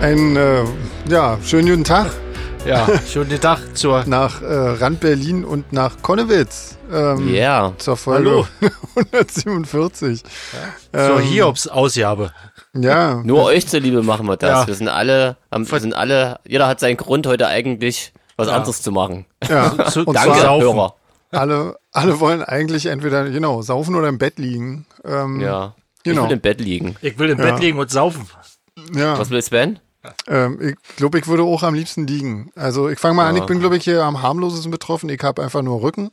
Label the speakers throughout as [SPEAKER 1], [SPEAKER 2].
[SPEAKER 1] Einen äh, ja, schönen guten Tag
[SPEAKER 2] Ja, schönen Tag zur.
[SPEAKER 1] nach äh, Rand Berlin und nach Konnewitz. Ähm,
[SPEAKER 2] Yeah.
[SPEAKER 1] Zur Folge 147. Ähm,
[SPEAKER 2] Zur Hiobs-Ausgabe.
[SPEAKER 1] Ja,
[SPEAKER 3] Nur euch zuliebe machen wir das.
[SPEAKER 2] Ja.
[SPEAKER 3] Wir sind alle, haben, wir sind alle, jeder hat seinen Grund heute eigentlich was anderes zu machen.
[SPEAKER 1] ja.
[SPEAKER 2] Zu-
[SPEAKER 1] Und
[SPEAKER 3] Danke,
[SPEAKER 1] zwar
[SPEAKER 2] Saufen.
[SPEAKER 3] Hörer.
[SPEAKER 1] alle, alle wollen eigentlich entweder genau saufen oder im Bett liegen. Ähm,
[SPEAKER 3] Ja.
[SPEAKER 1] Genau.
[SPEAKER 3] Ich will im Bett liegen.
[SPEAKER 2] Ich will im Bett liegen und saufen.
[SPEAKER 1] ja.
[SPEAKER 3] Was will Sven?
[SPEAKER 1] Ähm, ich glaube, ich würde auch am liebsten liegen. Also ich fange mal an, ich bin, glaube ich, hier am harmlosesten betroffen. Ich habe einfach nur Rücken.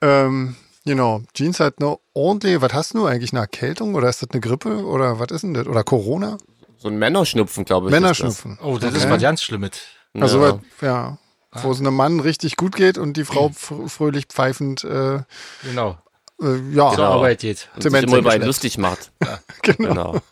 [SPEAKER 1] Ähm, genau. Jeans hat eine ordentliche, was hast du eigentlich? Eine Erkältung oder ist das eine Grippe? Oder was ist denn das? Oder Corona?
[SPEAKER 3] So ein Männerschnupfen, glaube ich. ist das.
[SPEAKER 1] Männerschnupfen.
[SPEAKER 2] Oh, das ist was ganz Schlimmes.
[SPEAKER 1] Also
[SPEAKER 3] Ja.
[SPEAKER 1] was, ja, wo es einem Mann richtig gut geht und die Frau fr- fröhlich pfeifend, äh, äh,
[SPEAKER 2] Genau.
[SPEAKER 1] ja,
[SPEAKER 2] Zur
[SPEAKER 3] Genau,
[SPEAKER 2] Arbeit geht.
[SPEAKER 3] Und sich
[SPEAKER 1] Zement
[SPEAKER 3] immer über einen
[SPEAKER 1] geschleppt.
[SPEAKER 3] lustig macht.
[SPEAKER 1] genau,
[SPEAKER 3] Genau. genau.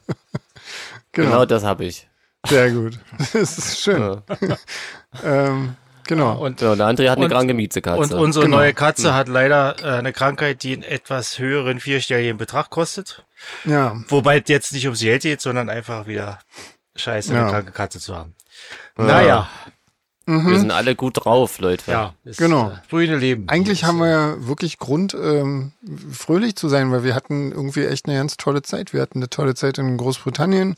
[SPEAKER 1] genau,
[SPEAKER 3] das habe ich.
[SPEAKER 1] sehr gut. Das ist schön. ähm, genau.
[SPEAKER 2] Und,
[SPEAKER 3] Genau, der André hat eine
[SPEAKER 2] Und-
[SPEAKER 3] kranke Miezekatze.
[SPEAKER 2] und unsere neue
[SPEAKER 1] Hm.
[SPEAKER 2] Katze hat leider äh, eine Krankheit, die einen etwas höheren vierstelligen Betrag kostet.
[SPEAKER 1] Ja,
[SPEAKER 2] Wobei es jetzt nicht um sie Geld geht, sondern einfach wieder scheiße, eine
[SPEAKER 1] Ja.
[SPEAKER 2] kranke Katze zu haben. Naja,
[SPEAKER 1] Mhm.
[SPEAKER 3] Wir sind alle gut drauf, Leute.
[SPEAKER 2] ja. ist,
[SPEAKER 1] Genau.
[SPEAKER 2] Äh, grüne Leben.
[SPEAKER 1] eigentlich haben wir ja wirklich Grund, ähm, fröhlich zu sein, weil wir hatten irgendwie echt eine ganz tolle Zeit. Wir hatten eine tolle Zeit in Großbritannien.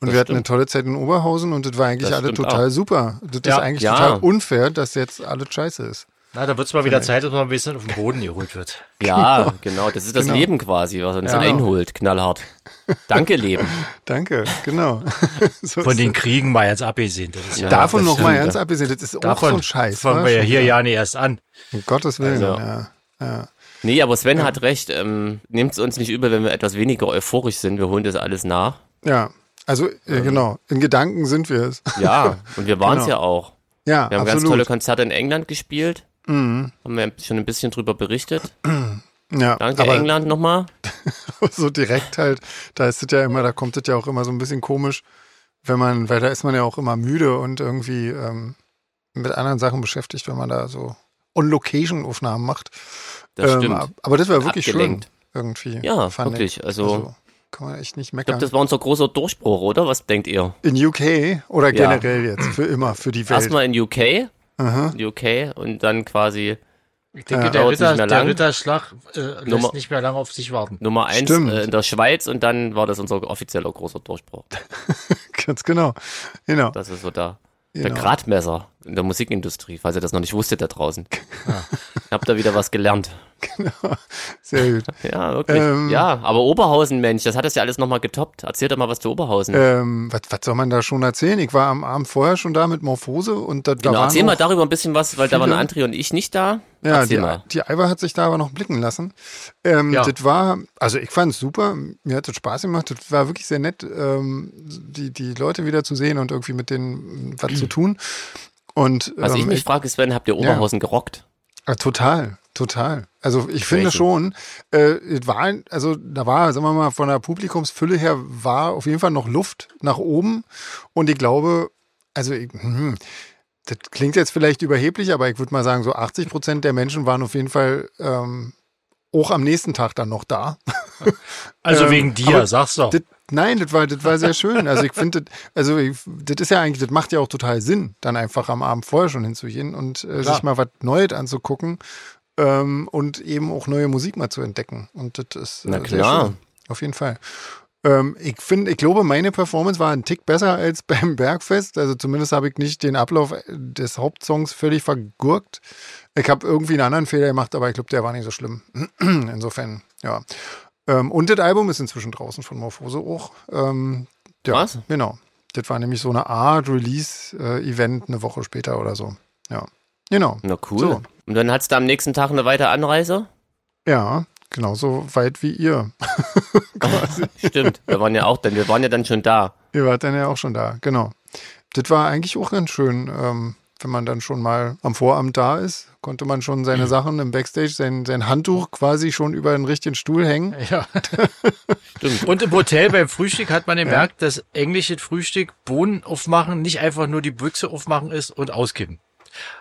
[SPEAKER 1] Und wir hatten eine tolle Zeit in Oberhausen und das war eigentlich
[SPEAKER 3] Das
[SPEAKER 1] alle
[SPEAKER 3] stimmt
[SPEAKER 1] total
[SPEAKER 3] auch.
[SPEAKER 1] super. Das
[SPEAKER 2] Ja.
[SPEAKER 1] ist eigentlich
[SPEAKER 3] Ja.
[SPEAKER 1] total unfair, dass jetzt alles scheiße ist.
[SPEAKER 2] Na, da wird's mal wieder Zeit, dass man ein bisschen auf den Boden geholt wird.
[SPEAKER 3] Ja, genau. Das ist das Leben quasi, was uns einholt, knallhart. Danke, Leben.
[SPEAKER 1] Danke, genau. So
[SPEAKER 2] Von
[SPEAKER 1] ist
[SPEAKER 2] den Kriegen mal jetzt abgesehen. Das ist ja,
[SPEAKER 3] Ja,
[SPEAKER 1] Davon
[SPEAKER 3] das
[SPEAKER 1] nochmal
[SPEAKER 3] stimmt.
[SPEAKER 1] ganz abgesehen, das ist auch so
[SPEAKER 2] davon
[SPEAKER 1] ein Scheiß.
[SPEAKER 2] fangen
[SPEAKER 1] ne?
[SPEAKER 2] wir ja hier ja nicht erst an.
[SPEAKER 1] Um Gottes Willen,
[SPEAKER 3] Also.
[SPEAKER 1] ja. ja.
[SPEAKER 3] Nee, aber Sven hat recht. Ähm, Nehmt es uns nicht übel, wenn wir etwas weniger euphorisch sind. Wir holen das alles nach.
[SPEAKER 1] Ja, also äh, genau, in Gedanken sind wir es.
[SPEAKER 3] Ähm. Ja, und wir waren es ja auch.
[SPEAKER 1] Ja,
[SPEAKER 3] Wir haben ganz tolle
[SPEAKER 1] Genau. absolut. Mhm.
[SPEAKER 3] Konzerte in England gespielt. Haben wir schon ein bisschen drüber berichtet.
[SPEAKER 1] ja,
[SPEAKER 3] Danke,
[SPEAKER 1] aber
[SPEAKER 3] England nochmal.
[SPEAKER 1] so direkt halt, da ist es ja immer, da kommt es ja auch immer so ein bisschen komisch, wenn man, weil da ist man ja auch immer müde und irgendwie ähm, mit anderen Sachen beschäftigt, wenn man da so On-Location-Aufnahmen macht.
[SPEAKER 3] Das stimmt.
[SPEAKER 1] ähm, ab- aber das war wirklich
[SPEAKER 3] Abgelenkt.
[SPEAKER 1] schön irgendwie.
[SPEAKER 3] Ja,
[SPEAKER 1] fand ich.
[SPEAKER 3] wirklich. Also,
[SPEAKER 1] kann man echt nicht
[SPEAKER 3] ich
[SPEAKER 1] meckern.
[SPEAKER 3] glaube, das war unser großer Durchbruch, oder? Was denkt ihr?
[SPEAKER 1] in UK oder
[SPEAKER 3] Ja.
[SPEAKER 1] generell jetzt, für immer, für die Welt.
[SPEAKER 3] Erstmal in UK. UK und dann quasi
[SPEAKER 2] Ich denke,
[SPEAKER 1] Ja.
[SPEAKER 2] der,
[SPEAKER 3] Dauert
[SPEAKER 2] Ritter,
[SPEAKER 3] nicht mehr
[SPEAKER 2] der
[SPEAKER 3] lang.
[SPEAKER 2] Ritterschlag äh,
[SPEAKER 3] Nummer-
[SPEAKER 2] lässt nicht mehr lange auf sich warten.
[SPEAKER 3] Nummer eins
[SPEAKER 1] Stimmt.
[SPEAKER 3] äh, in der Schweiz und dann war das unser offizieller großer Durchbruch.
[SPEAKER 1] Ganz genau. Genau.
[SPEAKER 3] Das ist so der, der
[SPEAKER 1] Genau.
[SPEAKER 3] Gradmesser in der Musikindustrie, falls ihr das noch nicht wusstet da draußen. Habt ihr wieder was gelernt.
[SPEAKER 1] Sehr gut.
[SPEAKER 3] Ja, wirklich.
[SPEAKER 1] Ähm.
[SPEAKER 3] ja, aber Oberhausen, Mensch, das hat das ja alles nochmal getoppt. Erzähl doch mal was zu Oberhausen.
[SPEAKER 1] ähm, was, was soll man da schon erzählen? Ich war am Abend vorher schon da mit Morphose und da, da
[SPEAKER 3] genau,
[SPEAKER 1] waren
[SPEAKER 3] erzähl mal
[SPEAKER 1] auch-
[SPEAKER 3] darüber ein bisschen was, weil da waren
[SPEAKER 1] viele-
[SPEAKER 3] André und ich nicht da.
[SPEAKER 1] ja,
[SPEAKER 3] erzähl
[SPEAKER 1] die,
[SPEAKER 3] mal.
[SPEAKER 1] die Alba hat sich da aber noch blicken lassen. Ähm,
[SPEAKER 2] Ja.
[SPEAKER 1] Das war, also ich fand es super, mir hat es Spaß gemacht, das war wirklich sehr nett, ähm, die, die Leute wieder zu sehen und irgendwie mit denen was zu tun. Und
[SPEAKER 3] Was
[SPEAKER 1] ähm,
[SPEAKER 3] ich mich frage, ist, Sven, habt ihr Oberhausen gerockt?
[SPEAKER 1] Ja, Ah, total, total. Also ich finde
[SPEAKER 3] Crazy.
[SPEAKER 1] schon, äh, es war, also da war, sagen wir mal, von der Publikumsfülle her war auf jeden Fall noch Luft nach oben. Und ich glaube, also ich, hm, das klingt jetzt vielleicht überheblich, aber ich würde mal sagen, so 80 Prozent der Menschen waren auf jeden Fall ähm, auch am nächsten Tag dann noch da.
[SPEAKER 2] Also
[SPEAKER 1] Ähm,
[SPEAKER 2] wegen dir,
[SPEAKER 1] aber
[SPEAKER 2] sag's
[SPEAKER 3] Genau.
[SPEAKER 2] doch.
[SPEAKER 1] Das, nein, das war, das war sehr schön. Also ich finde, das- also ich- das ist ja eigentlich, das macht ja auch total Sinn, dann einfach am Abend vorher schon hinzugehen und äh,
[SPEAKER 2] Klar.
[SPEAKER 1] sich mal was Neues anzugucken ähm, und eben auch neue Musik mal zu entdecken. Und das ist äh,
[SPEAKER 3] Na
[SPEAKER 1] sehr
[SPEAKER 3] klar.
[SPEAKER 1] schön. Auf jeden Fall. Ähm, ich finde, ich glaube, meine Performance war ein Tick besser als beim Bergfest. Also zumindest habe ich nicht den Ablauf äh, des Hauptsongs völlig vergurkt. Ich habe irgendwie einen anderen Fehler gemacht, aber ich glaube, der war nicht so schlimm. Insofern, ja. Ähm, und das Album ist inzwischen draußen von Morphose auch. Ähm, ja,
[SPEAKER 3] Was?
[SPEAKER 1] Genau. Das war nämlich so eine Art Release-Event eine Woche später oder so. Ja. Genau.
[SPEAKER 3] Na cool.
[SPEAKER 1] So.
[SPEAKER 3] Und dann hattest du am nächsten Tag eine weitere Anreise?
[SPEAKER 1] Ja, genauso weit wie ihr.
[SPEAKER 3] Stimmt, wir waren ja auch dann, wir waren ja dann schon da.
[SPEAKER 1] Ihr wart dann ja auch schon da, genau. Das war eigentlich auch ganz schön, ähm, wenn man dann schon mal am Vorabend da ist, konnte man schon seine
[SPEAKER 2] Mhm.
[SPEAKER 1] Sachen im Backstage, sein, sein Handtuch quasi schon über den richtigen Stuhl hängen.
[SPEAKER 2] Ja. Und im Hotel beim Frühstück hat man gemerkt, dass englisches Frühstück Bohnen aufmachen nicht einfach nur die Büchse aufmachen ist und auskippen.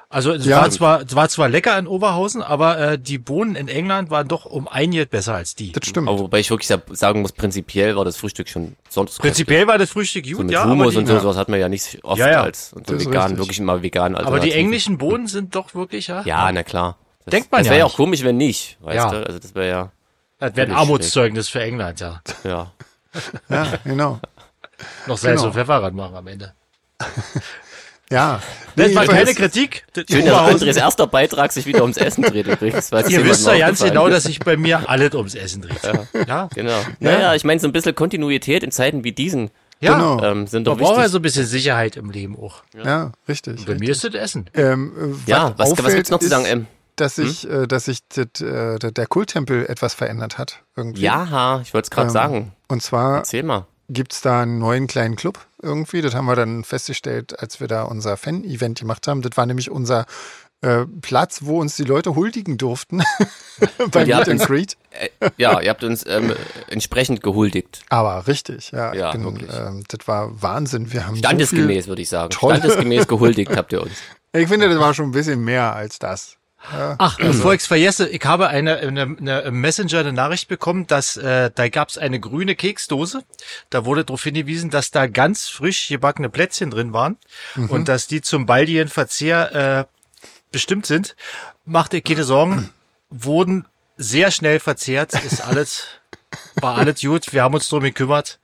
[SPEAKER 2] Also es
[SPEAKER 1] Ja.
[SPEAKER 2] war, zwar, es war zwar lecker in Oberhausen, aber äh, die Bohnen in England waren doch um einiges besser als die.
[SPEAKER 1] Das stimmt.
[SPEAKER 3] Aber wobei ich wirklich sa- sagen muss, prinzipiell war das Frühstück schon sonst
[SPEAKER 2] Prinzipiell war das Frühstück gut,
[SPEAKER 3] so mit
[SPEAKER 2] ja, aber
[SPEAKER 3] Hummus
[SPEAKER 2] die,
[SPEAKER 3] und so,
[SPEAKER 2] ja.
[SPEAKER 3] sowas hat man ja nicht oft
[SPEAKER 2] Ja, ja.
[SPEAKER 3] als und so
[SPEAKER 1] Das ist
[SPEAKER 3] vegan,
[SPEAKER 1] richtig.
[SPEAKER 3] wirklich immer vegan.
[SPEAKER 2] aber die
[SPEAKER 3] Alternativen.
[SPEAKER 2] englischen Bohnen sind doch wirklich, ja,
[SPEAKER 3] Ja, na klar. Das,
[SPEAKER 2] Denkt man
[SPEAKER 3] Das
[SPEAKER 2] ja
[SPEAKER 3] wäre ja
[SPEAKER 2] nicht.
[SPEAKER 3] auch komisch, wenn nicht, weißt
[SPEAKER 2] Ja.
[SPEAKER 3] du? Also das wäre ja,
[SPEAKER 2] das wäre ein
[SPEAKER 3] Völlig
[SPEAKER 2] Armutszeugnis für England, ja.
[SPEAKER 3] ja.
[SPEAKER 1] Ja, genau.
[SPEAKER 2] Noch Salz
[SPEAKER 1] Genau.
[SPEAKER 2] und Pfeffer ranmachen am Ende.
[SPEAKER 1] Ja.
[SPEAKER 2] Das war
[SPEAKER 1] jedenfalls-
[SPEAKER 2] keine Kritik. Das
[SPEAKER 3] Schön, dass
[SPEAKER 2] Oberhausen-
[SPEAKER 3] Andres erster Beitrag sich wieder ums Essen dreht übrigens. weil es
[SPEAKER 2] Ihr
[SPEAKER 3] jemandem
[SPEAKER 2] wisst ja ganz
[SPEAKER 3] aufgefallen
[SPEAKER 2] genau,
[SPEAKER 3] ist.
[SPEAKER 2] dass sich bei mir alles ums Essen dreht. Ja, ja.
[SPEAKER 3] Genau. Naja, ich meine, so ein bisschen Kontinuität in Zeiten wie diesen
[SPEAKER 1] Genau.
[SPEAKER 3] ähm,
[SPEAKER 2] Man
[SPEAKER 3] sind doch
[SPEAKER 2] braucht ja
[SPEAKER 3] wichtig.
[SPEAKER 2] so ein bisschen Sicherheit im Leben auch.
[SPEAKER 1] Ja, richtig.
[SPEAKER 2] Bei mir ist das Essen.
[SPEAKER 1] Ähm, äh,
[SPEAKER 3] Ja, was, was
[SPEAKER 1] auffällt,
[SPEAKER 3] gibt's noch zu
[SPEAKER 1] ist,
[SPEAKER 3] sagen, ähm?
[SPEAKER 1] Dass sich, äh, dass sich das, äh, der- der Kulttempel etwas verändert hat. Irgendwie.
[SPEAKER 3] Ja, ha, ich wollte es gerade
[SPEAKER 1] Ähm,
[SPEAKER 3] sagen.
[SPEAKER 1] Und zwar
[SPEAKER 3] Erzähl mal.
[SPEAKER 1] gibt es da einen neuen kleinen Club irgendwie. Das haben wir dann festgestellt, als wir da unser Fan-Event gemacht haben. Das war nämlich unser äh, Platz, wo uns die Leute huldigen durften bei
[SPEAKER 3] Ja,
[SPEAKER 1] Meet and
[SPEAKER 3] das-
[SPEAKER 1] Greet.
[SPEAKER 3] Äh, ja, ihr habt uns ähm, entsprechend gehuldigt.
[SPEAKER 1] Aber richtig, ja. ich
[SPEAKER 3] Ja, wirklich.
[SPEAKER 1] ähm, das war Wahnsinn. Wir haben So
[SPEAKER 3] Standesgemäß, würde ich sagen.
[SPEAKER 1] Toll.
[SPEAKER 3] Standesgemäß gehuldigt habt ihr uns.
[SPEAKER 1] viel, ich finde, das war schon ein bisschen mehr als das.
[SPEAKER 2] Ach, bevor ich's vergesse, ich habe eine, eine, eine im Messenger eine Nachricht bekommen, dass äh, da gab's eine grüne Keksdose. Da wurde darauf hingewiesen, dass da ganz frisch gebackene Plätzchen drin waren und dass die zum baldigen Verzehr äh, bestimmt sind. Macht ihr keine Sorgen, wurden sehr schnell verzehrt, ist alles, war alles gut, wir haben uns drum gekümmert.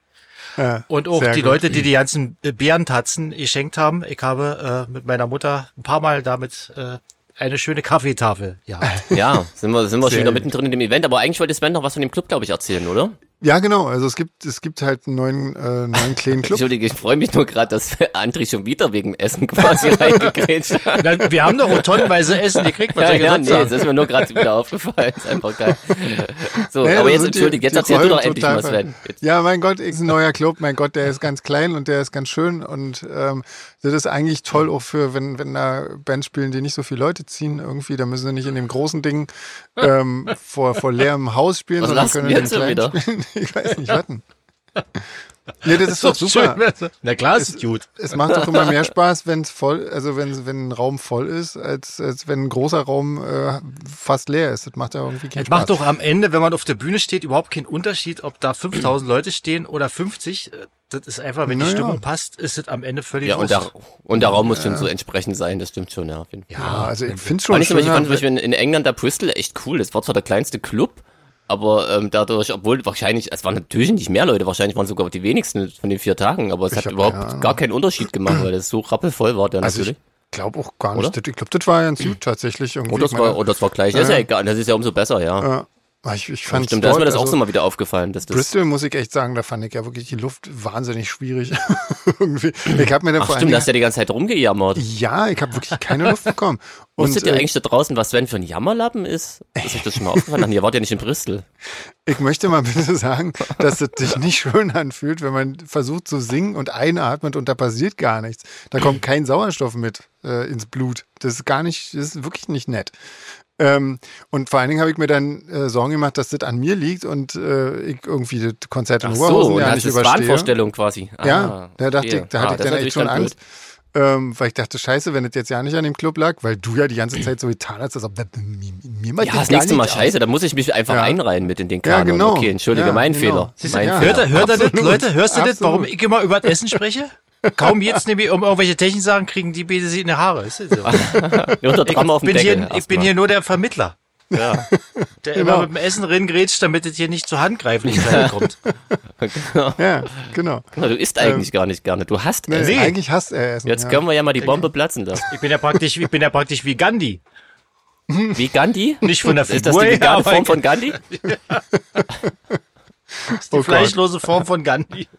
[SPEAKER 1] Ja,
[SPEAKER 2] Und auch
[SPEAKER 1] sehr
[SPEAKER 2] die
[SPEAKER 1] gut.
[SPEAKER 2] Leute, die die ganzen äh, Bärentatzen geschenkt haben. Ich habe äh, mit meiner Mutter ein paar Mal damit äh, eine schöne Kaffeetafel. Ja,
[SPEAKER 3] Ja, sind wir, sind wir schon
[SPEAKER 1] Sehr
[SPEAKER 3] wieder
[SPEAKER 1] gut.
[SPEAKER 3] mittendrin in dem Event, aber eigentlich wollte Sven noch was von dem Club, glaube ich, erzählen, oder?
[SPEAKER 1] Ja, genau. Also es gibt, es gibt halt einen neuen, äh, neuen kleinen Club.
[SPEAKER 3] Entschuldige, ich freue mich nur gerade, dass André schon wieder wegen Essen quasi reingegrätscht hat.
[SPEAKER 2] Na, wir haben doch auch tonnenweise Essen gekriegt, was
[SPEAKER 3] Ja,
[SPEAKER 2] wir
[SPEAKER 3] ja,
[SPEAKER 2] gesagt
[SPEAKER 3] nee, das
[SPEAKER 2] haben.
[SPEAKER 3] ist mir nur gerade wieder aufgefallen. Ist einfach geil. So,
[SPEAKER 1] Ja,
[SPEAKER 3] aber
[SPEAKER 1] da
[SPEAKER 3] jetzt
[SPEAKER 1] sind die-
[SPEAKER 3] entschuldige, jetzt
[SPEAKER 1] die
[SPEAKER 3] erzähl du
[SPEAKER 1] Rollen
[SPEAKER 3] doch endlich
[SPEAKER 1] total
[SPEAKER 3] mal,
[SPEAKER 1] ver-
[SPEAKER 3] Sven. Jetzt.
[SPEAKER 1] Ja, mein Gott, ist ein neuer Club. Mein Gott, der ist ganz klein und der ist ganz schön. Und ähm, das ist eigentlich toll, auch für, wenn, wenn da Bands spielen, die nicht so viele Leute ziehen irgendwie. Da müssen sie nicht in dem großen Ding ähm, vor, vor leerem Haus spielen,
[SPEAKER 3] Was
[SPEAKER 1] sondern
[SPEAKER 3] lachst
[SPEAKER 1] können in
[SPEAKER 3] denn
[SPEAKER 1] dem
[SPEAKER 3] jetzt schon
[SPEAKER 1] kleinen
[SPEAKER 3] wieder?
[SPEAKER 1] spielen. Ich weiß nicht, warten. Ja, das ist doch super.
[SPEAKER 2] Schön. Na klar, ist es gut.
[SPEAKER 1] Es macht doch immer mehr Spaß, wenn es voll, also wenn, wenn ein Raum voll ist, als, als wenn ein großer Raum äh, fast leer ist. Das macht ja irgendwie keinen
[SPEAKER 2] Es
[SPEAKER 1] Spaß.
[SPEAKER 2] macht doch am Ende, wenn man auf der Bühne steht, überhaupt keinen Unterschied, ob da 5000 Leute stehen oder 50. Das ist einfach, wenn die
[SPEAKER 1] Na ja.
[SPEAKER 2] Stimmung passt, ist es am Ende völlig
[SPEAKER 3] Ja, und
[SPEAKER 2] wurscht.
[SPEAKER 3] der, und der Raum muss schon so entsprechend sein, das stimmt schon, ja. Auf jeden Fall.
[SPEAKER 1] Ja, also ich finde
[SPEAKER 3] Fand
[SPEAKER 1] schon
[SPEAKER 3] ich, zum Beispiel, fand zum
[SPEAKER 1] schöner,
[SPEAKER 3] Beispiel in, in England der Bristol echt cool. Das war zwar der kleinste Club, aber ähm, dadurch, obwohl wahrscheinlich, es waren natürlich nicht mehr Leute, wahrscheinlich waren sogar die wenigsten von den vier Tagen, aber es hat
[SPEAKER 1] hab
[SPEAKER 3] überhaupt
[SPEAKER 1] keine Ahnung.
[SPEAKER 3] gar keinen Unterschied gemacht, weil das so rappelvoll war, der
[SPEAKER 1] Also ich
[SPEAKER 3] natürlich.
[SPEAKER 1] glaube auch gar
[SPEAKER 3] Oder? Mhm.
[SPEAKER 1] nicht. Das- Ich glaube, das war ganz gut tatsächlich. Irgendwie.
[SPEAKER 3] Oder es
[SPEAKER 1] Ich meine,
[SPEAKER 3] war, oder es war gleich. Das ist ja egal, das ist ja umso besser, ja.
[SPEAKER 1] ja, ich, ich fand
[SPEAKER 3] Stimmt, da ist mir das auch so mal wieder aufgefallen, dass das.
[SPEAKER 1] Bristol muss ich echt sagen, da fand ich ja wirklich die Luft wahnsinnig schwierig. irgendwie. Ich habe mir da vor
[SPEAKER 3] Ach
[SPEAKER 1] allem.
[SPEAKER 3] stimmt, da hast du ja die ganze Zeit rumgejammert.
[SPEAKER 1] Ja, ich habe wirklich keine Luft bekommen. Und
[SPEAKER 3] Wusstet ihr
[SPEAKER 1] äh,
[SPEAKER 3] eigentlich da draußen, was Sven für ein Jammerlappen ist? Ist euch das schon mal aufgefallen? Ach, nee, ihr wart ja nicht in Bristol.
[SPEAKER 1] ich möchte mal bitte sagen, dass es sich nicht schön anfühlt, wenn man versucht zu singen und einatmet und da passiert gar nichts. Da kommt kein Sauerstoff mit äh, ins Blut. Das ist gar nicht, das ist wirklich nicht nett. Ähm, und vor allen Dingen habe ich mir dann äh, Sorgen gemacht, dass das an mir liegt und äh, ich irgendwie das Konzert in
[SPEAKER 3] Ach
[SPEAKER 1] Oberhausen
[SPEAKER 3] so, und
[SPEAKER 1] ja
[SPEAKER 3] das
[SPEAKER 1] nicht
[SPEAKER 3] ist
[SPEAKER 1] überstehe.
[SPEAKER 3] Wahnvorstellung quasi. Ah,
[SPEAKER 1] Ja, da dachte
[SPEAKER 3] verstehe.
[SPEAKER 1] ich, da hatte
[SPEAKER 3] Ah,
[SPEAKER 1] ich
[SPEAKER 3] das ist
[SPEAKER 1] dann
[SPEAKER 3] natürlich
[SPEAKER 1] echt schon
[SPEAKER 3] dann blöd.
[SPEAKER 1] Angst. Ähm, weil ich dachte, scheiße, wenn das jetzt ja nicht an dem Club lag, weil du ja die ganze Zeit so getan hast, als ob das mir, mir mal
[SPEAKER 3] Ja, das nächste Mal scheiße, da muss ich mich einfach
[SPEAKER 1] Ja.
[SPEAKER 3] einreihen mit in den Kanon.
[SPEAKER 1] genau.
[SPEAKER 3] Okay, entschuldige,
[SPEAKER 1] Ja,
[SPEAKER 3] mein
[SPEAKER 1] genau.
[SPEAKER 3] Fehler.
[SPEAKER 1] Siehst du,
[SPEAKER 3] Mein
[SPEAKER 1] ja.
[SPEAKER 2] Hört
[SPEAKER 3] Fehler.
[SPEAKER 2] ihr, hört ihr das,
[SPEAKER 1] Absolut.
[SPEAKER 2] Leute? Hörst du das, warum
[SPEAKER 1] Absolut.
[SPEAKER 2] ich immer über das Essen spreche? Kaum jetzt nehme ich um irgendwelche Techniksachen, kriegen die Bete sie in die Haare. Ist das so?
[SPEAKER 3] Hört der Drammer auf dem
[SPEAKER 2] bin
[SPEAKER 3] Deckel.
[SPEAKER 2] hier, ich
[SPEAKER 3] erstmal.
[SPEAKER 2] bin hier nur der Vermittler.
[SPEAKER 3] Ja.
[SPEAKER 2] Der
[SPEAKER 1] Genau.
[SPEAKER 2] immer mit dem Essen reingrätscht, damit es hier nicht zur Handgreiflichkeit kommt.
[SPEAKER 3] genau.
[SPEAKER 1] Ja, genau.
[SPEAKER 3] Na, Du isst eigentlich gar nicht gerne. Du hast
[SPEAKER 1] Nee,
[SPEAKER 3] es.
[SPEAKER 1] Eigentlich hasst er Essen.
[SPEAKER 3] Jetzt
[SPEAKER 1] ja.
[SPEAKER 3] können wir ja mal die Bombe platzen lassen.
[SPEAKER 2] Ich bin ja praktisch, ich bin ja praktisch wie Gandhi.
[SPEAKER 3] Wie Gandhi?
[SPEAKER 2] Nicht von der
[SPEAKER 3] Ist das die
[SPEAKER 2] Figur her,
[SPEAKER 3] vegane
[SPEAKER 2] aber-
[SPEAKER 3] Form von Gandhi?
[SPEAKER 2] Das ist die
[SPEAKER 1] Oh Gott.
[SPEAKER 2] fleischlose Form von Gandhi.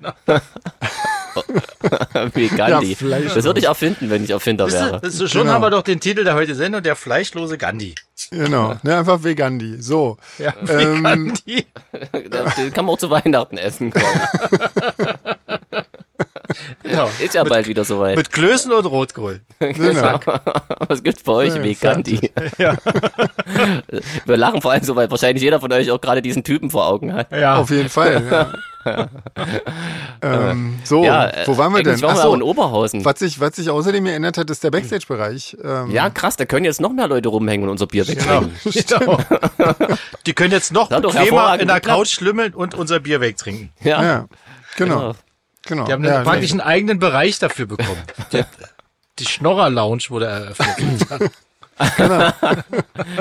[SPEAKER 3] Wie Gandhi.
[SPEAKER 1] Ja, vielleicht.
[SPEAKER 3] das würde ich erfinden, wenn ich Erfinder
[SPEAKER 2] Wisst ihr,
[SPEAKER 3] wäre.
[SPEAKER 2] das ist, schon
[SPEAKER 1] Genau.
[SPEAKER 2] haben wir doch den Titel der heute Sendung, der fleischlose Gandhi.
[SPEAKER 1] Genau, ne, einfach Vegandi. So.
[SPEAKER 2] Ja, wie
[SPEAKER 1] Ähm.
[SPEAKER 2] Gandhi.
[SPEAKER 1] äh,
[SPEAKER 3] Den kann man auch zu Weihnachten essen.
[SPEAKER 2] Genau.
[SPEAKER 3] Ist ja bald wieder soweit.
[SPEAKER 2] Mit Klößen und Rotkohl.
[SPEAKER 1] Genau.
[SPEAKER 3] Was gibt's bei euch?
[SPEAKER 1] Ja,
[SPEAKER 3] Veganti.
[SPEAKER 2] Ja.
[SPEAKER 3] Wir lachen vor allem so, weil wahrscheinlich jeder von euch auch gerade diesen Typen vor Augen hat.
[SPEAKER 2] ja.
[SPEAKER 1] Auf jeden Fall. Ja. ähm, so,
[SPEAKER 3] Äh, Ja,
[SPEAKER 1] wo waren wir
[SPEAKER 3] eigentlich
[SPEAKER 1] denn?
[SPEAKER 3] Waren wir
[SPEAKER 1] Achso,
[SPEAKER 3] auch in Oberhausen.
[SPEAKER 1] was sich, was sich außerdem geändert hat, ist der Backstage-Bereich. Ähm,
[SPEAKER 3] Ja, krass, da können jetzt noch mehr Leute rumhängen und unser Bier wegtrinken.
[SPEAKER 2] Genau. genau. Die können jetzt noch
[SPEAKER 3] Das hat doch
[SPEAKER 2] bequemer
[SPEAKER 3] hervorragend
[SPEAKER 2] in der
[SPEAKER 3] geklappt.
[SPEAKER 2] Couch schlümmeln und unser Bier wegtrinken.
[SPEAKER 3] Ja.
[SPEAKER 1] ja, genau.
[SPEAKER 3] Genau.
[SPEAKER 1] genau.
[SPEAKER 2] Die haben
[SPEAKER 1] ja,
[SPEAKER 2] dann praktisch einen eigenen Bereich dafür bekommen. Der, die Schnorrer-Lounge wurde eröffnet. Also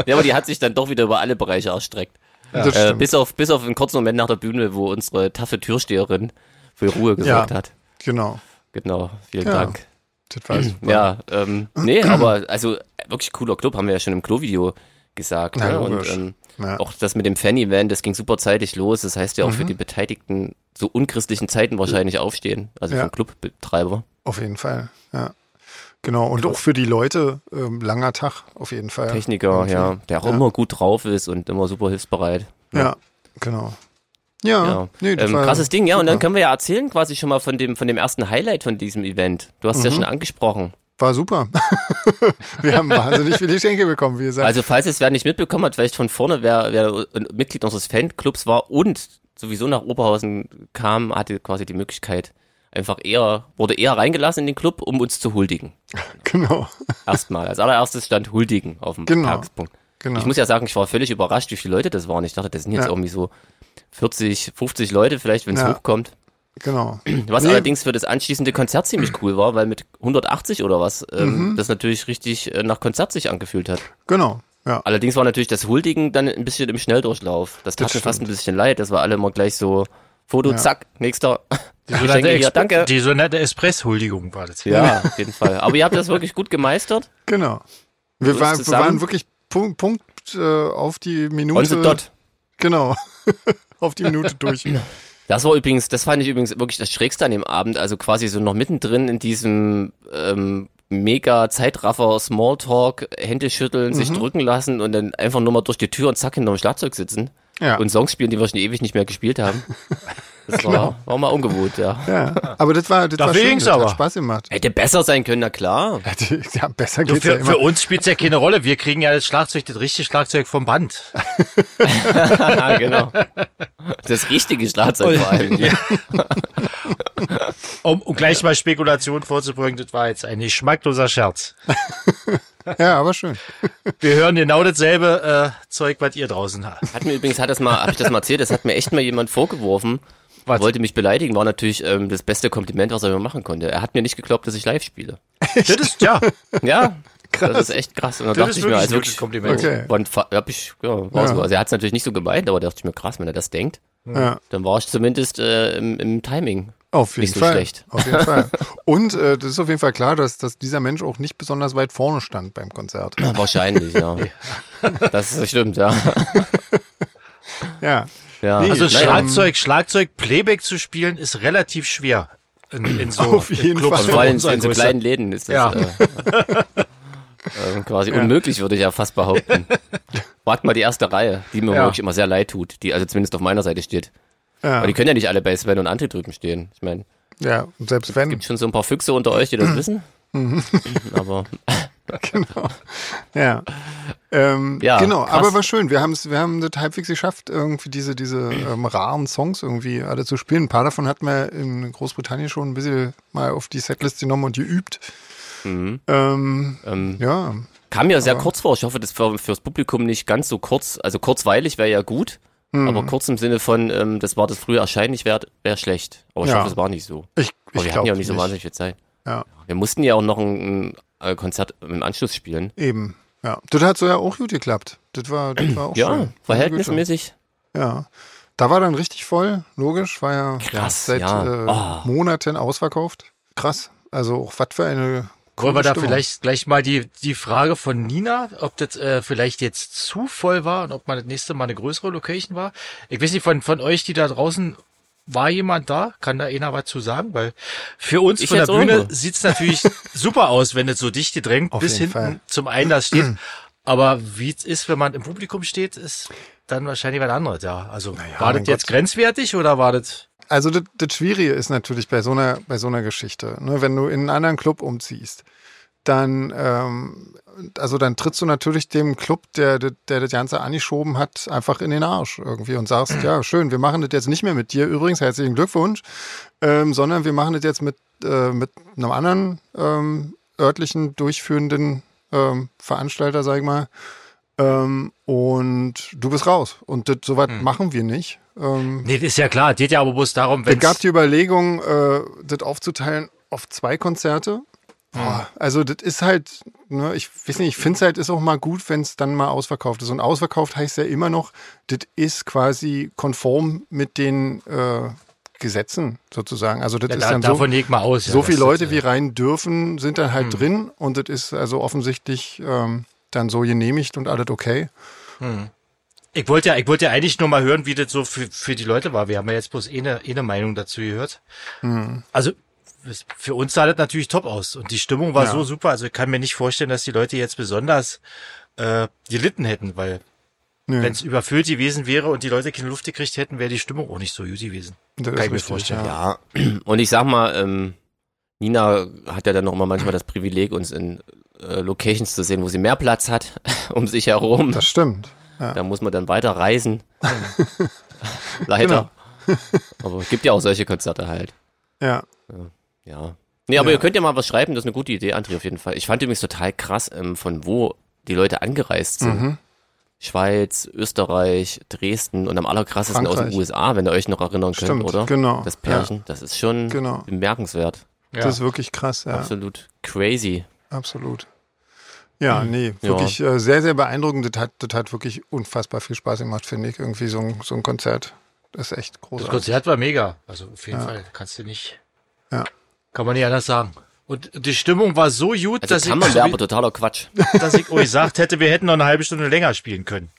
[SPEAKER 3] ja, aber die hat sich dann doch wieder über alle Bereiche erstreckt.
[SPEAKER 1] nee, das
[SPEAKER 3] Äh,
[SPEAKER 1] stimmt.
[SPEAKER 3] bis auf bis auf einen kurzen Moment nach der Bühne, wo unsere taffe Türsteherin für Ruhe gesorgt
[SPEAKER 1] Ja.
[SPEAKER 3] hat.
[SPEAKER 1] genau.
[SPEAKER 3] Genau, vielen
[SPEAKER 1] Ja.
[SPEAKER 3] Dank.
[SPEAKER 1] Das war's.
[SPEAKER 3] Ja, ähm, nee, aber also äh, wirklich cooler Club, haben wir ja schon im Klo-Video gesagt.
[SPEAKER 1] Na,
[SPEAKER 3] ne? Und
[SPEAKER 1] logisch.
[SPEAKER 3] ähm,
[SPEAKER 1] Ja. Mhm.
[SPEAKER 3] auch das mit dem Fan-Event, das ging super zeitig los. Das heißt ja auch für die Beteiligten so unchristlichen Zeiten wahrscheinlich aufstehen. Also
[SPEAKER 1] Ja.
[SPEAKER 3] vom Clubbetreiber.
[SPEAKER 1] Auf jeden Fall, ja. Genau, und auch für die Leute, ähm, langer Tag, auf jeden Fall.
[SPEAKER 3] Techniker,
[SPEAKER 1] Okay.
[SPEAKER 3] ja, der auch
[SPEAKER 1] Ja.
[SPEAKER 3] immer gut drauf ist und immer super hilfsbereit.
[SPEAKER 1] Ja, genau. Ja,
[SPEAKER 3] Ja.
[SPEAKER 1] nee, das
[SPEAKER 3] ähm,
[SPEAKER 1] war
[SPEAKER 3] krasses Ding, ja. Und
[SPEAKER 1] super.
[SPEAKER 3] dann können wir ja erzählen quasi schon mal von dem, von dem ersten Highlight von diesem Event. Du hast es ja
[SPEAKER 1] Mhm.
[SPEAKER 3] schon angesprochen.
[SPEAKER 1] War super. wir haben wahnsinnig viele Geschenke bekommen, wie gesagt.
[SPEAKER 3] Also falls es wer nicht mitbekommen hat, vielleicht von vorne, wer, wer ein Mitglied unseres Fanclubs war und sowieso nach Oberhausen kam, hatte quasi die Möglichkeit, einfach eher, wurde eher reingelassen in den Club, um uns zu huldigen.
[SPEAKER 1] genau,
[SPEAKER 3] Erstmal. Als allererstes stand huldigen auf dem
[SPEAKER 1] Genau.
[SPEAKER 3] Tagespunkt.
[SPEAKER 1] genau.
[SPEAKER 3] Ich muss ja sagen, ich war völlig überrascht, wie viele Leute das waren. Ich dachte, das sind jetzt
[SPEAKER 1] Ja.
[SPEAKER 3] irgendwie so 40, 50 Leute vielleicht, wenn es
[SPEAKER 1] Ja.
[SPEAKER 3] hochkommt.
[SPEAKER 1] genau.
[SPEAKER 3] Was
[SPEAKER 1] Nee.
[SPEAKER 3] allerdings für das anschließende Konzert ziemlich cool war, weil mit 180 oder was, ähm,
[SPEAKER 1] Mhm.
[SPEAKER 3] das natürlich richtig äh, nach Konzert sich angefühlt hat.
[SPEAKER 1] Genau, ja.
[SPEAKER 3] Allerdings war natürlich das Huldigen dann ein bisschen im Schnelldurchlauf. Das tat
[SPEAKER 1] Das
[SPEAKER 3] mir fast ein
[SPEAKER 1] stimmt.
[SPEAKER 3] bisschen leid, das war alle immer gleich so, Foto,
[SPEAKER 1] Ja.
[SPEAKER 3] zack, nächster.
[SPEAKER 2] Die sogenannte,
[SPEAKER 3] Geschenke hier,
[SPEAKER 2] Ex
[SPEAKER 3] danke.
[SPEAKER 2] die sogenannte Espress-Huldigung war das.
[SPEAKER 3] Ja, auf jeden Fall. Aber ihr habt das wirklich gut gemeistert.
[SPEAKER 1] Genau. Wir,
[SPEAKER 3] ist
[SPEAKER 1] waren, wir
[SPEAKER 3] zusammen-
[SPEAKER 1] waren wirklich Punkt, Punkt äh, auf die Minute.
[SPEAKER 3] On the dot.
[SPEAKER 1] Genau. auf die Minute durch.
[SPEAKER 3] Das war übrigens, das fand ich übrigens wirklich das Schrägste an dem Abend, also quasi so noch mittendrin in diesem ähm, mega Zeitraffer Smalltalk, Hände schütteln, sich drücken lassen und dann einfach nur mal durch die Tür und zack hinterm Schlagzeug sitzen
[SPEAKER 1] Ja.
[SPEAKER 3] und Songs spielen, die wir schon ewig nicht mehr gespielt haben. Das war, war mal ungewohnt, ja.
[SPEAKER 1] ja. Aber das war, das war schön,
[SPEAKER 2] ging's
[SPEAKER 1] das
[SPEAKER 2] aber.
[SPEAKER 1] hat Spaß gemacht.
[SPEAKER 3] Hätte besser sein können, na klar.
[SPEAKER 1] Ja, besser
[SPEAKER 2] Du,
[SPEAKER 1] geht's ja
[SPEAKER 2] für,
[SPEAKER 1] immer.
[SPEAKER 2] für uns spielt es ja keine Rolle. Wir kriegen ja das Schlagzeug, das richtige Schlagzeug vom Band.
[SPEAKER 3] Ja, genau. Das richtige Schlagzeug vor allem.
[SPEAKER 2] Um, um gleich mal Spekulationen vorzubringen, das war jetzt ein geschmackloser Scherz.
[SPEAKER 1] Ja, aber schön.
[SPEAKER 2] Wir hören genau dasselbe äh, Zeug, was ihr draußen habt.
[SPEAKER 3] Hat mir übrigens, hat das mal, hab ich das mal erzählt, das hat mir echt mal jemand vorgeworfen.
[SPEAKER 2] Was?
[SPEAKER 3] Wollte mich beleidigen, war natürlich ähm, das beste Kompliment, was er mir machen konnte. Er hat mir nicht geglaubt, dass ich live spiele.
[SPEAKER 2] Das ist, ja,
[SPEAKER 3] Ja, das ist echt krass. Und dann
[SPEAKER 2] Das
[SPEAKER 3] dachte
[SPEAKER 2] ist
[SPEAKER 3] ich mir,
[SPEAKER 2] wirklich
[SPEAKER 3] also
[SPEAKER 2] ein
[SPEAKER 3] wirklich,
[SPEAKER 2] gutes Kompliment.
[SPEAKER 1] Okay.
[SPEAKER 3] wann fa- hab ich, ja, war
[SPEAKER 1] Ja.
[SPEAKER 3] so. Also er hat es natürlich nicht so gemeint, aber dachte ich mir, krass, wenn er das denkt,
[SPEAKER 1] Ja,
[SPEAKER 3] dann war ich zumindest äh, im, im Timing.
[SPEAKER 1] auf jeden
[SPEAKER 3] Nicht so
[SPEAKER 1] Fall.
[SPEAKER 3] schlecht.
[SPEAKER 1] Auf jeden Fall. Und äh, das ist auf jeden Fall klar, dass, dass dieser Mensch auch nicht besonders weit vorne stand beim Konzert.
[SPEAKER 3] Wahrscheinlich, ja. Das stimmt, ja.
[SPEAKER 1] Ja.
[SPEAKER 3] ja.
[SPEAKER 1] Nee,
[SPEAKER 2] Also
[SPEAKER 1] Naja.
[SPEAKER 2] Schlagzeug, Schlagzeug, Playback zu spielen, ist relativ schwer. In, in so
[SPEAKER 1] Auf
[SPEAKER 2] in
[SPEAKER 1] jeden
[SPEAKER 2] Clubs
[SPEAKER 1] Fall.
[SPEAKER 2] von
[SPEAKER 3] Vor allem in so
[SPEAKER 2] unserer Größe.
[SPEAKER 3] kleinen Läden ist das
[SPEAKER 2] Ja.
[SPEAKER 3] äh, äh, quasi unmöglich, würde ich ja fast behaupten. Wagt mal die erste Reihe, die mir
[SPEAKER 2] Ja.
[SPEAKER 3] wirklich immer sehr leid tut, die also zumindest auf meiner Seite steht.
[SPEAKER 1] Ja.
[SPEAKER 3] Aber die können ja nicht alle bei Sven und André drüben stehen. Ich meine,
[SPEAKER 1] Ja, und selbst wenn.
[SPEAKER 3] schon so ein paar Füchse unter euch, die das wissen. Aber
[SPEAKER 1] genau. Ja. Ähm,
[SPEAKER 3] Ja,
[SPEAKER 1] genau,
[SPEAKER 3] krass.
[SPEAKER 1] aber war schön. Wir, haben's, wir haben das halbwegs geschafft, irgendwie diese, diese ähm, raren Songs irgendwie alle zu spielen. Ein paar davon hatten wir in Großbritannien schon ein bisschen mal auf die Setlist genommen und geübt. Ähm,
[SPEAKER 3] Mhm. ähm,
[SPEAKER 1] ja,
[SPEAKER 3] kam ja sehr kurz vor. Ich hoffe, das war fürs Publikum nicht ganz so kurz. Also kurzweilig wäre ja gut. Aber kurz im Sinne von, ähm, das war das frühe Erscheinen nicht wert, wäre schlecht. Aber ich
[SPEAKER 1] Ja.
[SPEAKER 3] hoffe, es war nicht so.
[SPEAKER 1] ich, ich
[SPEAKER 3] Aber Oh, wir hatten
[SPEAKER 1] glaube
[SPEAKER 3] ja auch nicht so wahnsinnig viel Zeit.
[SPEAKER 1] Ja,
[SPEAKER 3] Wir mussten ja auch noch ein, ein äh, Konzert im Anschluss spielen.
[SPEAKER 1] eben. Ja, das hat so ja auch gut geklappt. Das war, das war auch
[SPEAKER 3] Ja,
[SPEAKER 1] schön.
[SPEAKER 3] verhältnismäßig.
[SPEAKER 1] Ja. Da war dann richtig voll, logisch, war ja
[SPEAKER 3] Krass,
[SPEAKER 1] seit
[SPEAKER 3] ja.
[SPEAKER 1] äh,
[SPEAKER 3] Oh.
[SPEAKER 1] Monaten ausverkauft. Krass. Also auch was für eine
[SPEAKER 2] Wollen wir da
[SPEAKER 1] Stimmung.
[SPEAKER 2] vielleicht gleich mal die, die Frage von Nina, ob das äh, vielleicht jetzt zu voll war und ob man das nächste Mal eine größere Location war? Ich weiß nicht, von, von euch, die da draußen, war jemand da? Kann da einer was zu sagen? Weil für uns
[SPEAKER 3] Ich
[SPEAKER 2] von der
[SPEAKER 3] jetzt auch
[SPEAKER 2] Bühne
[SPEAKER 3] nur.
[SPEAKER 2] sieht's natürlich super aus, wenn es so dicht gedrängt
[SPEAKER 1] Auf
[SPEAKER 2] bis
[SPEAKER 1] jeden
[SPEAKER 2] hinten
[SPEAKER 1] Fall.
[SPEAKER 2] zum Einlass steht. Aber wie es ist, wenn man im Publikum steht, ist dann wahrscheinlich was anderes, ja. Also war
[SPEAKER 1] mein
[SPEAKER 2] das jetzt grenzwertig oder war das
[SPEAKER 1] also das, das Schwierige ist natürlich bei so einer, bei so einer Geschichte, ne, wenn du in einen anderen Club umziehst, dann, ähm, also dann trittst du natürlich dem Club, der, der, der das Ganze angeschoben hat, einfach in den Arsch irgendwie und sagst, ja, schön, wir machen das jetzt nicht mehr mit dir, übrigens, herzlichen Glückwunsch, ähm, sondern wir machen das jetzt mit, äh, mit einem anderen ähm, örtlichen durchführenden ähm, Veranstalter, sag ich mal. Ähm, und du bist raus. Und das, so weit machen wir nicht. Ähm,
[SPEAKER 2] Nee, das ist ja klar. Geht ja aber bloß darum,
[SPEAKER 1] es
[SPEAKER 2] wenn
[SPEAKER 1] gab die Überlegung, äh, das aufzuteilen auf zwei Konzerte. Boah, Also das ist halt, ne, ich weiß nicht, ich finde es halt ist auch mal gut, wenn es dann mal ausverkauft ist. Und ausverkauft heißt ja immer noch, das ist quasi konform mit den äh, Gesetzen sozusagen. Also das
[SPEAKER 2] ja,
[SPEAKER 1] ist
[SPEAKER 2] da,
[SPEAKER 1] dann so,
[SPEAKER 2] davon geht mal aus. ja, Hm.
[SPEAKER 1] so
[SPEAKER 2] das
[SPEAKER 1] viele
[SPEAKER 2] ist,
[SPEAKER 1] Leute
[SPEAKER 2] äh,
[SPEAKER 1] wie rein dürfen, sind dann halt drin und das ist also offensichtlich ähm, dann so genehmigt und alles okay.
[SPEAKER 2] Ich wollte ja, ich wollte ja eigentlich nur mal hören, wie das so für, für die Leute war. Wir haben ja jetzt bloß eh eine, eh eine Meinung dazu gehört.
[SPEAKER 1] Hm.
[SPEAKER 2] Also es- für uns sah das natürlich top aus und die Stimmung war
[SPEAKER 1] Ja.
[SPEAKER 2] so super. Also ich kann mir nicht vorstellen, dass die Leute jetzt besonders äh, gelitten hätten, weil
[SPEAKER 1] Nö,
[SPEAKER 2] wenn es überfüllt gewesen wäre und die Leute keine Luft gekriegt hätten, wäre die Stimmung auch nicht so gut gewesen.
[SPEAKER 1] das
[SPEAKER 2] kann
[SPEAKER 1] ist
[SPEAKER 2] ich mir
[SPEAKER 1] richtig,
[SPEAKER 2] vorstellen,
[SPEAKER 1] Ja.
[SPEAKER 3] Ja, und ich sag mal, ähm, Nina hat ja dann noch immer manchmal das Privileg, uns in äh, Locations zu sehen, wo sie mehr Platz hat um sich herum.
[SPEAKER 1] Das stimmt. Ja.
[SPEAKER 3] Da muss man dann weiter reisen. Leider.
[SPEAKER 1] Genau.
[SPEAKER 3] Aber es gibt ja auch solche Konzerte halt.
[SPEAKER 1] ja.
[SPEAKER 3] Ja. Nee, aber
[SPEAKER 1] Ja.
[SPEAKER 3] ihr könnt ja mal was schreiben, das ist eine gute Idee, André, auf jeden Fall. Ich fand übrigens total krass, ähm, von wo die Leute angereist sind.
[SPEAKER 1] Mhm.
[SPEAKER 3] Schweiz, Österreich, Dresden und am allerkrassesten aus
[SPEAKER 1] Frankreich.
[SPEAKER 3] den USA, wenn ihr euch noch erinnern könnt,
[SPEAKER 1] Stimmt,
[SPEAKER 3] oder?
[SPEAKER 1] genau.
[SPEAKER 3] Das Pärchen, das ist schon
[SPEAKER 1] Genau.
[SPEAKER 3] bemerkenswert.
[SPEAKER 2] Ja.
[SPEAKER 1] Das ist wirklich krass, ja.
[SPEAKER 3] Absolut crazy.
[SPEAKER 1] Absolut. Ja, nee,
[SPEAKER 3] Mhm. Ja.
[SPEAKER 1] wirklich Äh, sehr, sehr beeindruckend. Das hat, das hat wirklich unfassbar viel Spaß gemacht, finde ich. Irgendwie so ein, so ein Konzert. Das ist echt
[SPEAKER 2] Das
[SPEAKER 1] großartig.
[SPEAKER 2] Konzert war mega. Also auf jeden Fall kannst du nicht,
[SPEAKER 1] Ja.
[SPEAKER 2] kann man nicht anders sagen. Und die Stimmung war so gut,
[SPEAKER 3] Also
[SPEAKER 2] dass,
[SPEAKER 3] das Kammern wäre aber
[SPEAKER 2] ich,
[SPEAKER 3] totaler Quatsch.
[SPEAKER 2] dass ich euch gesagt hätte, wir hätten noch eine halbe Stunde länger spielen können.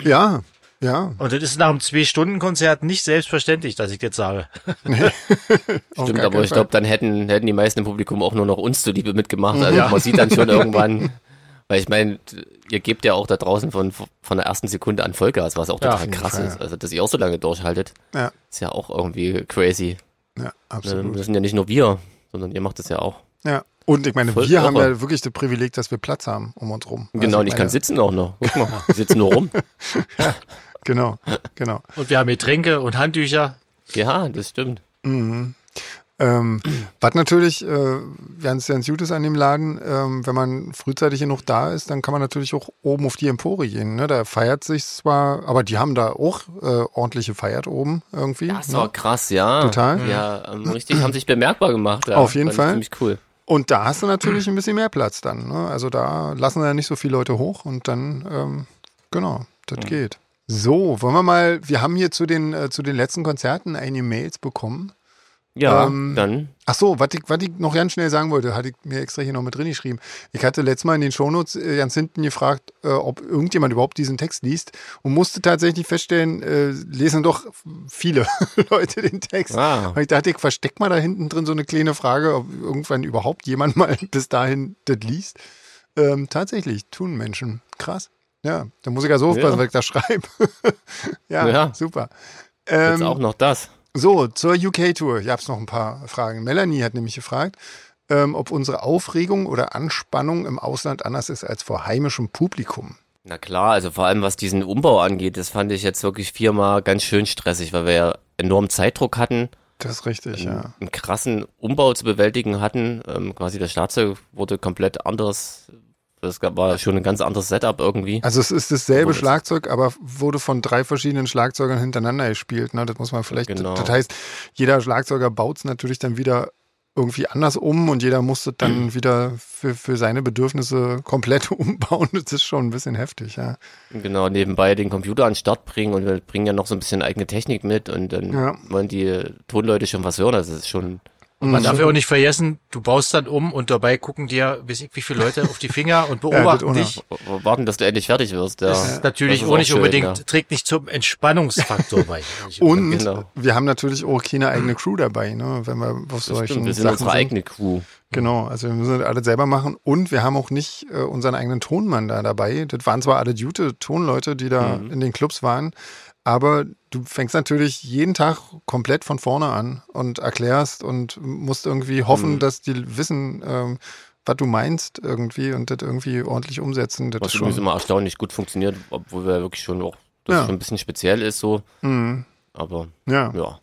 [SPEAKER 1] Ja, ja.
[SPEAKER 2] Und das ist nach einem Zwei-Stunden-Konzert nicht selbstverständlich, dass ich jetzt sage.
[SPEAKER 1] auf
[SPEAKER 3] Stimmt,
[SPEAKER 1] gar
[SPEAKER 3] aber
[SPEAKER 1] keinen
[SPEAKER 3] ich
[SPEAKER 1] Fall.
[SPEAKER 3] glaube, dann hätten, hätten die meisten im Publikum auch nur noch uns zuliebe mitgemacht.
[SPEAKER 1] Mhm.
[SPEAKER 3] Also man sieht dann schon irgendwann, weil ich meine, ihr gebt ja auch da draußen von, von der ersten Sekunde an Vollgas, was auch
[SPEAKER 2] Ja, auf
[SPEAKER 3] total
[SPEAKER 2] jeden
[SPEAKER 3] krass
[SPEAKER 1] Fall,
[SPEAKER 3] ist. Also, dass ihr auch so lange durchhaltet,
[SPEAKER 1] Ja,
[SPEAKER 3] ist ja auch irgendwie crazy.
[SPEAKER 1] ja,
[SPEAKER 3] Ne,
[SPEAKER 1] absolut.
[SPEAKER 3] Das sind ja nicht nur wir, sondern ihr macht das ja auch.
[SPEAKER 1] Ja. Und ich meine,
[SPEAKER 3] Voll
[SPEAKER 1] wir haben
[SPEAKER 3] irre.
[SPEAKER 1] ja wirklich das Privileg, dass wir Platz haben um uns rum.
[SPEAKER 3] Genau, und ich kann
[SPEAKER 1] sitzen.
[SPEAKER 3] sitzen auch noch. Guck mal, ich sitze nur rum.
[SPEAKER 1] Genau, genau.
[SPEAKER 2] Und wir haben Getränke und Handtücher.
[SPEAKER 3] Ja, das stimmt.
[SPEAKER 1] Ähm, was natürlich äh, ganz, ganz gut ist an dem Laden, ähm, wenn man frühzeitig genug da ist, dann kann man natürlich auch oben auf die Empore gehen. Ne? Da feiert sich zwar, aber die haben da auch äh, ordentlich gefeiert oben irgendwie.
[SPEAKER 3] Das
[SPEAKER 1] ne?
[SPEAKER 3] war krass, ja.
[SPEAKER 1] Total.
[SPEAKER 3] Ja, ähm, richtig, haben sich bemerkbar gemacht. Ja.
[SPEAKER 1] Auf jeden
[SPEAKER 3] Fand ich
[SPEAKER 1] Fall.
[SPEAKER 3] Ziemlich cool.
[SPEAKER 1] Und da hast du natürlich ein bisschen mehr Platz dann. Ne? Also da lassen ja nicht so viele Leute hoch und dann, ähm, genau, das geht. So, wollen wir mal, wir haben hier zu den, äh, zu den letzten Konzerten einige Mails bekommen.
[SPEAKER 3] Ja,
[SPEAKER 1] Ähm,
[SPEAKER 3] dann
[SPEAKER 1] Ach so, was ich, was ich noch ganz schnell sagen wollte, hatte ich mir extra hier noch mit drin geschrieben. Ich hatte letztes Mal in den Shownotes äh, ganz hinten gefragt, äh, ob irgendjemand überhaupt diesen Text liest und musste tatsächlich feststellen, äh, lesen doch viele Leute den Text.
[SPEAKER 3] Ah.
[SPEAKER 1] Weil Ich dachte, ich versteck mal da hinten drin so eine kleine Frage, ob irgendwann überhaupt jemand mal bis dahin das liest. Ähm, tatsächlich, tun Menschen. Krass. Ja, da muss ich also aufpassen,
[SPEAKER 3] Ja.
[SPEAKER 1] was ich da schreibe. ja,
[SPEAKER 3] Ja.
[SPEAKER 1] super.
[SPEAKER 3] jetzt
[SPEAKER 1] Ähm,
[SPEAKER 3] auch noch das.
[SPEAKER 1] so, zur UK-Tour. Ich habe es noch ein paar Fragen. Melanie hat nämlich gefragt, ähm, ob unsere Aufregung oder Anspannung im Ausland anders ist als vor heimischem Publikum.
[SPEAKER 3] Na klar, also vor allem was diesen Umbau angeht, das fand ich jetzt wirklich viermal ganz schön stressig, weil wir ja enormen Zeitdruck hatten,
[SPEAKER 1] Das ist richtig, ja.
[SPEAKER 3] einen krassen Umbau zu bewältigen hatten. Ähm, quasi das Schlagzeug wurde komplett anders. Das gab- war schon ein ganz anderes Setup irgendwie.
[SPEAKER 1] Also es ist dasselbe
[SPEAKER 3] Obwohl es-
[SPEAKER 1] Schlagzeug, aber wurde von drei verschiedenen Schlagzeugern hintereinander gespielt. Ne? Das muss man vielleicht.
[SPEAKER 3] Genau.
[SPEAKER 1] Das heißt, jeder Schlagzeuger baut es natürlich dann wieder irgendwie anders um und jeder musste dann wieder für, für seine Bedürfnisse komplett umbauen. Das ist schon ein bisschen heftig, ja.
[SPEAKER 3] Genau, nebenbei den Computer an den Start bringen und wir bringen ja noch so ein bisschen eigene Technik mit und dann
[SPEAKER 1] Ja.
[SPEAKER 3] wollen die Tonleute schon was hören. Also das ist schon
[SPEAKER 1] Mhm.
[SPEAKER 2] Man darf ja auch nicht vergessen, du baust dann um und dabei gucken dir, weiß ich, wie viele Leute auf die Finger und beobachten
[SPEAKER 1] auch noch.
[SPEAKER 2] dich.
[SPEAKER 3] w- w- warten, dass du endlich fertig wirst. Ja.
[SPEAKER 2] Das ist natürlich
[SPEAKER 3] Das ist
[SPEAKER 2] auch nicht
[SPEAKER 3] schön,
[SPEAKER 2] unbedingt,
[SPEAKER 3] ja.
[SPEAKER 2] trägt nicht zum Entspannungsfaktor bei.
[SPEAKER 1] Und
[SPEAKER 3] Genau.
[SPEAKER 1] wir haben natürlich auch keine eigene Crew dabei, ne? wenn wir auf
[SPEAKER 3] Das
[SPEAKER 1] solchen
[SPEAKER 3] stimmt, wir sind
[SPEAKER 1] Sachen
[SPEAKER 3] unsere
[SPEAKER 1] sind.
[SPEAKER 3] eigene Crew.
[SPEAKER 1] Genau, also wir müssen das alles selber machen und wir haben auch nicht äh,
[SPEAKER 3] Mhm.
[SPEAKER 1] unseren eigenen Tonmann da dabei. Das waren zwar alle gute Tonleute, die da in den Clubs waren, Aber du fängst natürlich jeden Tag komplett von vorne an und erklärst und musst irgendwie
[SPEAKER 3] Mhm.
[SPEAKER 1] hoffen, dass die wissen, ähm, was du meinst irgendwie und das irgendwie ordentlich umsetzen. Das
[SPEAKER 3] Was
[SPEAKER 1] ist
[SPEAKER 3] übrigens
[SPEAKER 1] schon.
[SPEAKER 3] immer erstaunlich gut funktioniert, obwohl wir wirklich schon auch, das
[SPEAKER 1] Ja.
[SPEAKER 3] schon ein bisschen speziell ist so.
[SPEAKER 1] Mhm.
[SPEAKER 3] Aber
[SPEAKER 1] Ja.
[SPEAKER 3] ja,